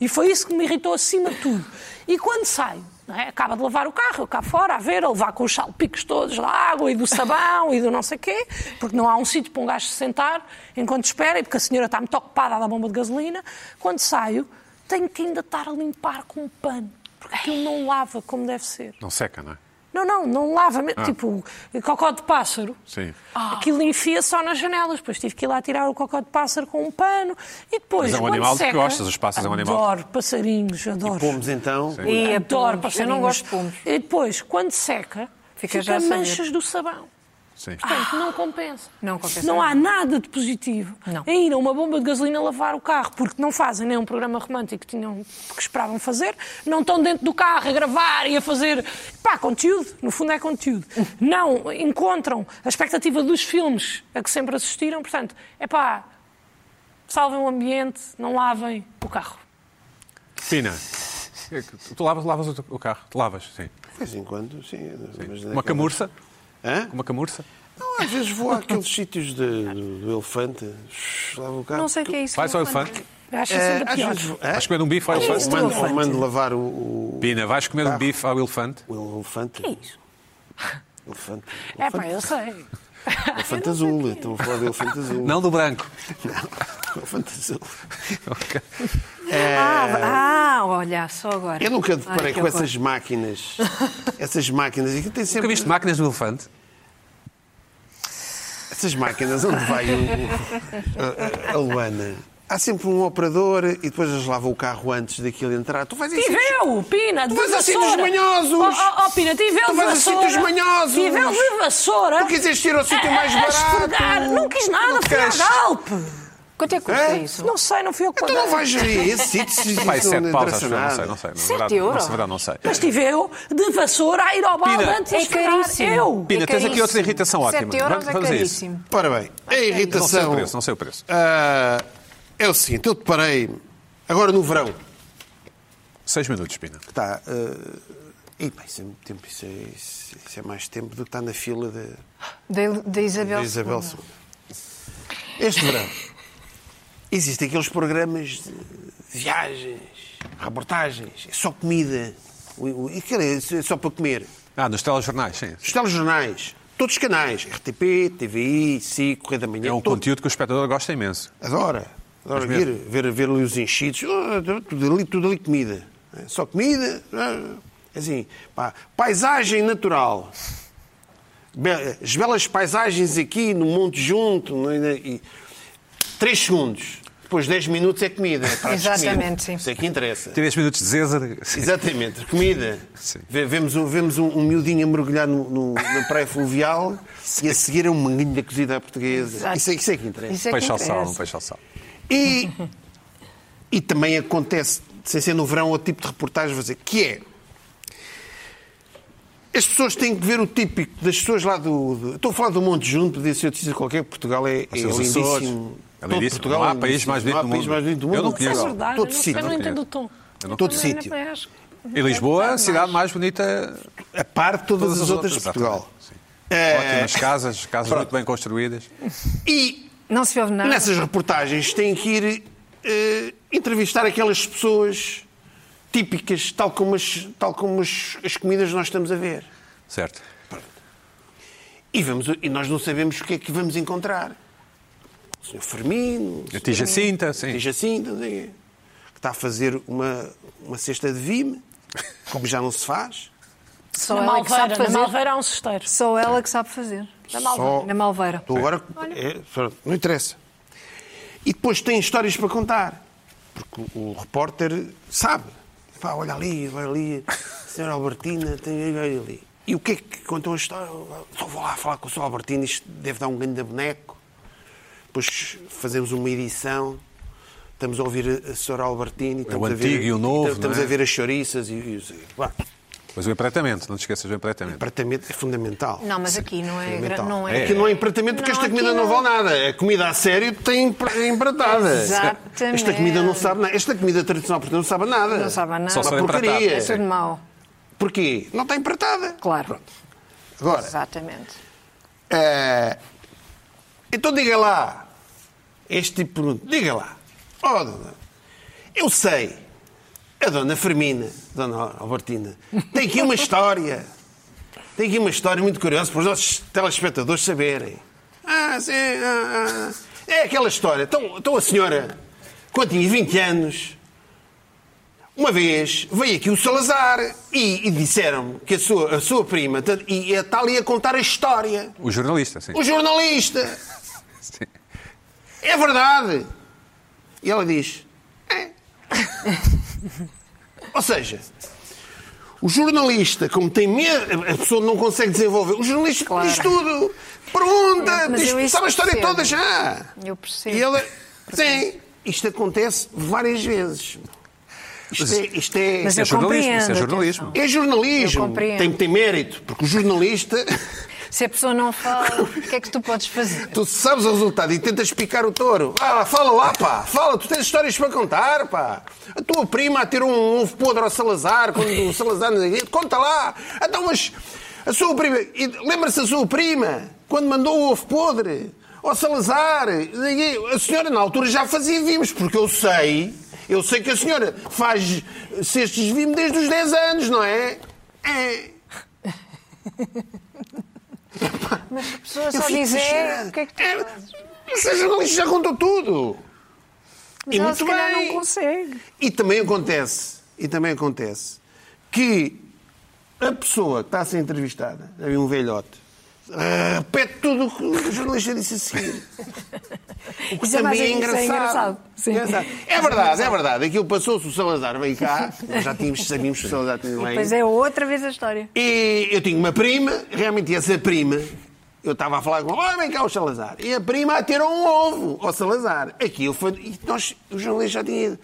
S4: E foi isso que me irritou acima de tudo. E quando saio, não é? acaba de lavar o carro, eu cá fora, a ver, a levar com os salpicos todos da água e do sabão e do não sei quê, porque não há um sítio para um gajo se sentar enquanto espera e porque a senhora está muito ocupada a dar bomba de gasolina. Quando saio, tenho que ainda estar a limpar com um pano, porque aquilo não lava como deve ser.
S1: Não seca, não é?
S4: Não, não, não lava, mesmo. tipo cocó de pássaro.
S1: Sim.
S3: Ah.
S4: Aquilo enfia só nas janelas. Depois tive que ir lá tirar o cocó de pássaro com um pano e depois.
S1: Mas é um
S4: quando
S1: animal que
S4: seca,
S1: gostas, os pássaros é um animal.
S4: Adoro passarinhos, adoro.
S2: Pomos então.
S3: E a
S4: Adoro
S3: pomos.
S4: passarinhos.
S3: Eu não gosto de pomos.
S4: E depois, quando seca,
S3: Fica
S4: fica,
S3: já a saber.
S4: manchas do sabão.
S1: Sim.
S4: Portanto, não compensa.
S3: Ah. Não compensa
S4: Não há nada de positivo
S3: Não.
S4: em ir a uma bomba de gasolina lavar o carro, porque não fazem nem um programa romântico que, tinham, que esperavam fazer, não estão dentro do carro a gravar e a fazer. Pá, conteúdo, no fundo é conteúdo. Não encontram a expectativa dos filmes a que sempre assistiram, portanto, é pá, salvem o ambiente, não lavem o carro.
S1: Pina, é tu lavas, lavas o teu- o carro? Tu lavas, sim.
S2: De vez em quando, sim. mas
S1: Uma
S2: naquela-
S1: camurça?
S2: Hã?
S1: Uma camurça?
S2: Não, às vezes vou àqueles sítios de- do, do elefante, shhh, lavo o carro.
S3: Não sei o que é isso.
S1: Vais ao elefante?
S4: Acho
S2: É,
S4: sempre
S2: às
S4: pior.
S2: vezes vou- Hã?
S1: Vais comer um bife ao
S2: Ou
S1: elefante?
S3: isso?
S2: mando,
S3: do
S2: ou
S3: elefante?
S2: mando lavar o, o,
S1: Pina, vais comer um bife ao elefante?
S2: o elefante. Que
S3: isso?
S2: Elefante.
S4: É pá, eu sei.
S2: Elefante azul. Estou a falar do elefante azul.
S1: Não do branco.
S2: Elefante azul.
S1: Ok.
S3: Ah, ah, olha, só agora.
S2: Eu nunca
S3: Ai,
S2: deparei
S3: que
S2: com
S3: horror.
S2: essas máquinas. Essas máquinas. E que tem
S1: Nunca
S2: sempre.
S1: viste máquinas do elefante?
S2: Essas máquinas onde vai o, o- a, a Luana. Há sempre um operador e depois eles lavam o carro antes daquilo entrar. Tu vais assim.
S4: Tiveu, Pina, de
S2: Tu vais a sítios
S4: vassoura.
S2: manhosos.
S4: Oh, oh, oh, Pina, tiveu
S2: Tu
S4: de
S2: vais a
S4: vassoura.
S2: sítios manhosos.
S4: Tiveu de vassoura.
S2: Tu quiseste ir ao sítio mais
S4: A- a- a
S2: barato.
S4: é, esfregar. Não quis nada,
S2: Não
S4: fui à
S2: queres.
S4: Galp.
S3: Quanto é que custa
S2: É?
S3: isso?
S4: Não sei, não fui eu que
S2: Tu Então não
S4: paguei.
S2: vais a esse sítio se
S1: Pai,
S2: isso
S1: sete
S2: não
S1: paus, acho
S2: interessa
S1: eu. Não sei,
S2: nada.
S1: não sei. Na
S3: Sete
S1: verdade,
S3: euro?
S1: Na verdade, não sei.
S4: Mas tiveu de vassoura a ir ao balde
S1: Pina,
S4: antes de
S3: é
S4: esfregar.
S3: caríssimo.
S4: Eu.
S1: Pina,
S3: É
S1: tens aqui outra
S3: caríssimo.
S1: irritação ótima.
S3: Sete euros
S1: Vamos-
S3: é
S1: vamos a isso.
S3: caríssimo.
S2: Ora bem, a
S1: Não sei
S2: irritação.
S1: o preço, não sei o preço.
S2: Ah, é o seguinte, eu deparei agora no verão.
S1: Seis minutos, Pina.
S2: que Está. ah, e, pá, isso, é, muito tempo, isso, é, isso é- isso é mais tempo do que está na fila de,
S3: Da, da Isabel.
S2: da Isabel II. Este verão existem aqueles programas de viagens, reportagens, é só comida. O- o- e aquilo é só- é só para comer.
S1: Ah, nos telejornais, sim.
S2: Os telejornais, todos os canais, RTP, TVI, SIC, Correio da Manhã.
S1: É um
S2: todo-
S1: conteúdo que o espectador gosta imenso.
S2: Adora. Adora
S1: Mas
S2: ver,
S1: mesmo?
S2: ver, ver ali os enchidos. Ah, Tudo ali, tudo ali comida. É Só comida. ah, Assim, pá, paisagem natural. Be- As belas paisagens aqui no Monte Junto. não é? E três segundos. Depois 10 minutos é comida. é pratos de comida.
S3: Exatamente, sim.
S2: Isso é que interessa.
S1: Três minutos de Zézer.
S2: é Exatamente, comida.
S1: Sim.
S2: Ve- Vemos, um, vemos um, um miudinho a mergulhar no, no- na praia fluvial e a seguir é uma manguinho da cozida à portuguesa.
S3: Exato.
S2: Isso é, isso é que interessa.
S3: Isso é que
S1: Peixe ao sal, um
S3: interessa.
S1: peixe ao sal.
S2: E, é e também acontece, sem ser no verão, outro tipo de reportagem, vou dizer, que é As pessoas têm que ver o típico das pessoas lá do. do- estou a falar do Monte Junto, podia ser notícia qualquer, Portugal é, é
S1: Os seus
S2: lindíssimo.
S1: Açores. É
S2: Todo
S1: lindíssimo.
S2: Portugal
S1: Não há
S2: é
S1: país
S2: lindíssimo.
S1: mais bonito
S2: Não há
S1: do
S2: país
S1: mundo.
S2: mais bonito do
S1: Eu
S2: mundo.
S1: não
S2: do que
S1: conheço.
S2: Portugal.
S4: É verdade,
S2: Todo
S4: eu não-
S2: sítio.
S4: eu não entendo o
S1: conheço.
S4: tom.
S1: Eu não
S2: Todo
S1: conheço.
S2: sítio.
S1: E Lisboa, é a cidade mais bonita
S2: A par de todas, as outras de Portugal.
S1: exatamente, sim.
S2: É.
S1: Ótimas casas, casas muito bem construídas.
S2: E
S3: Não se ouve nada.
S2: nessas reportagens têm que ir eh, entrevistar aquelas pessoas típicas, tal como, as, tal como as, as comidas nós estamos a ver.
S1: Certo.
S2: E, vamos, e nós não sabemos o que é que vamos encontrar. O Sr. Firmino,
S1: A Tia Jacinta, sim.
S2: Diz assim, não sei o quê, que está a fazer uma, uma cesta de vime, como já não se faz.
S3: Só
S4: Na
S3: ela que sabe
S4: Malveira, na
S3: fazer.
S4: Malveira há um cesteiro.
S3: Só ela que sabe fazer.
S4: Na Malveira.
S2: Só-
S3: Na Malveira.
S2: Tu agora. é, pronto, não interessa. E depois tem histórias para contar. Porque o, o repórter sabe. Pá, olha ali, olha ali, a senhora Albertina, tem, olha ali. E o que é que contam a história? Só vou lá falar com o senhor Albertina, isto deve dar um grande boneco. Depois fazemos uma edição. Estamos a ouvir a a senhora Albertina. e estamos a ver- então
S1: antigo e É o novo,
S2: Estamos
S1: não é?
S2: a ver as chouriças e, e os. Bom,
S1: Mas o empretamento, não te esqueças do empretamento.
S2: apartamento é fundamental.
S3: Não, mas aqui não é. gra-
S2: Fundamental.
S3: Não é.
S2: Aqui não é empratamento porque
S3: Não,
S2: esta comida
S3: aqui
S2: não...
S3: não.
S2: vale nada. A comida a sério tem empre- é empratada.
S3: Exatamente.
S2: Esta comida não sabe nada. Esta comida tradicional portuguesa não sabe nada.
S3: Não sabe nada.
S1: Só
S2: Uma
S1: sabe empratar.
S2: porcaria.
S3: É tudo mau.
S2: Porquê? Não está empratada.
S3: Claro.
S2: Agora,
S3: Exatamente.
S2: eh, então diga lá. Este tipo de pergunta. Diga lá. Oh, dona, eu sei. A dona Fermina, dona Albertina, tem aqui uma história. Tem aqui uma história muito curiosa para os nossos telespectadores saberem. Ah, sim, ah, ah. É aquela história. Então, então a senhora, quando tinha 20 anos, uma vez veio aqui o Salazar e, e disseram-me que a sua, a sua prima ta- e e a tal ia contar a história.
S1: O jornalista, sim.
S2: O jornalista.
S1: Sim.
S2: É verdade. E ela diz: É. Ou seja, o jornalista, como tem medo, a pessoa não consegue desenvolver. O jornalista
S3: Claro.
S2: diz tudo. Pergunta,
S3: Eu- mas
S2: diz-
S3: eu isso
S2: sabe a história
S3: percebo.
S2: toda já.
S3: Eu percebo.
S2: E ela, sim, isto acontece várias vezes. Isto é. Isto é
S3: Mas
S1: Isso é jornalismo, isso
S3: eu
S1: é
S3: compreendo,
S1: jornalismo.
S2: é
S3: Eu
S2: jornalismo,
S3: compreendo.
S2: tem, tem mérito, porque o jornalista,
S3: Se a pessoa não fala, o que é que tu podes fazer?
S2: tu sabes o resultado e tentas picar o touro. Ah, lá, fala lá, pá, fala, tu tens histórias para contar, pá. A tua prima atirou um ovo podre ao Salazar, quando o Salazar não sei o quê. conta lá. Então, mas a sua prima, e lembra-se a sua prima, quando mandou o ovo podre ao Salazar, não sei o quê. a senhora na altura já fazia vimos, porque eu sei, eu sei que a senhora faz cestos de vimos desde os 10 anos, não é? É.
S3: A pessoa
S2: Eu
S3: só
S2: fico
S3: diz é
S2: frustrado.
S3: o que é que tu
S2: É,
S3: fazes?
S2: Mas a jornalista já contou tudo.
S3: Mas
S2: e
S3: ela
S2: muito
S3: se calhar
S2: bem.
S3: não consegue.
S2: E também acontece, e também acontece, que a pessoa que está a ser entrevistada, havia um velhote, eh, repete tudo o que o jornalista disse a seguir. O que
S3: Isso é mais-
S2: também é
S3: isso
S2: engraçado.
S3: é engraçado. Sim.
S2: Engraçado. É verdade, é verdade. Aquilo passou-se, o Salazar veio cá, nós já tínhamos, sabíamos que o Salazar tinha lá
S3: Pois é, outra vez a história.
S2: e eu tinha uma prima, realmente essa prima, eu estava a falar com ela, "Olha, vem cá o Salazar. E a prima atirou um ovo ao Salazar. Aquilo foi. E nós, o jornalista já tinha ido.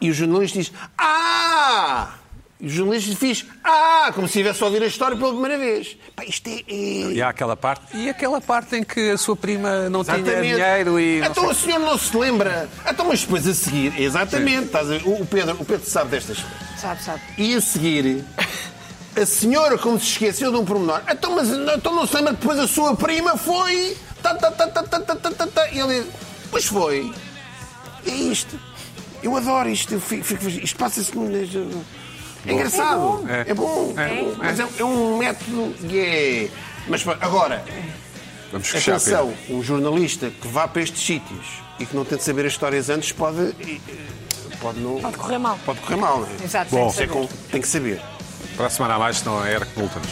S2: E o jornalista diz: Ah! E o jornalista fez: Ah! Como se estivesse a ouvir a história pela primeira vez. Pá, isto é. é-
S1: E há aquela parte. E aquela parte em que a sua prima não tinha
S2: Exatamente.
S1: dinheiro e. não
S2: Então o senhor não se lembra. Então, mas depois a seguir, exatamente. estás a ver, o, o Pedro, o Pedro sabe destas coisas.
S3: Sabe, sabe.
S2: E a seguir, a senhora, como se esqueceu de um pormenor, então, mas, então não se lembra que depois a sua prima foi. Tá, tá, tá, tá, tá, tá, tá, tá, tá. E ele diz: Pois foi. É isto. Eu adoro isto. Eu fico- fico- isto passa-se. no- É engraçado.
S1: É bom.
S2: É bom.
S1: É.
S2: É bom. Mas é, é um método que é. Mas pá, agora,
S1: sei. Vamos fechar. Pedro.
S2: atenção, um jornalista que vá para estes sítios e que não tente saber as histórias antes pode. eh, Pode, não,
S4: Pode correr mal.
S2: pode correr mal, não é?
S3: Exato,
S1: Bom.
S3: Bom.
S2: Isso é com- tem que saber.
S1: Para a semana a mais, senão a Eric multa-nos.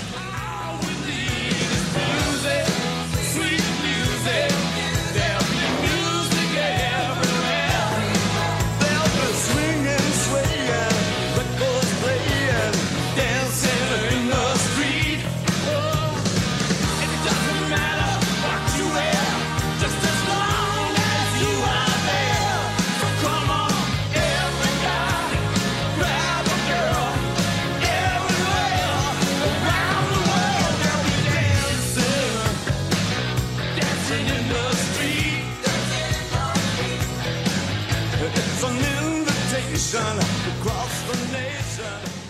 S8: Grab a girl everywhere around the in the street. It's an invitation across the nation.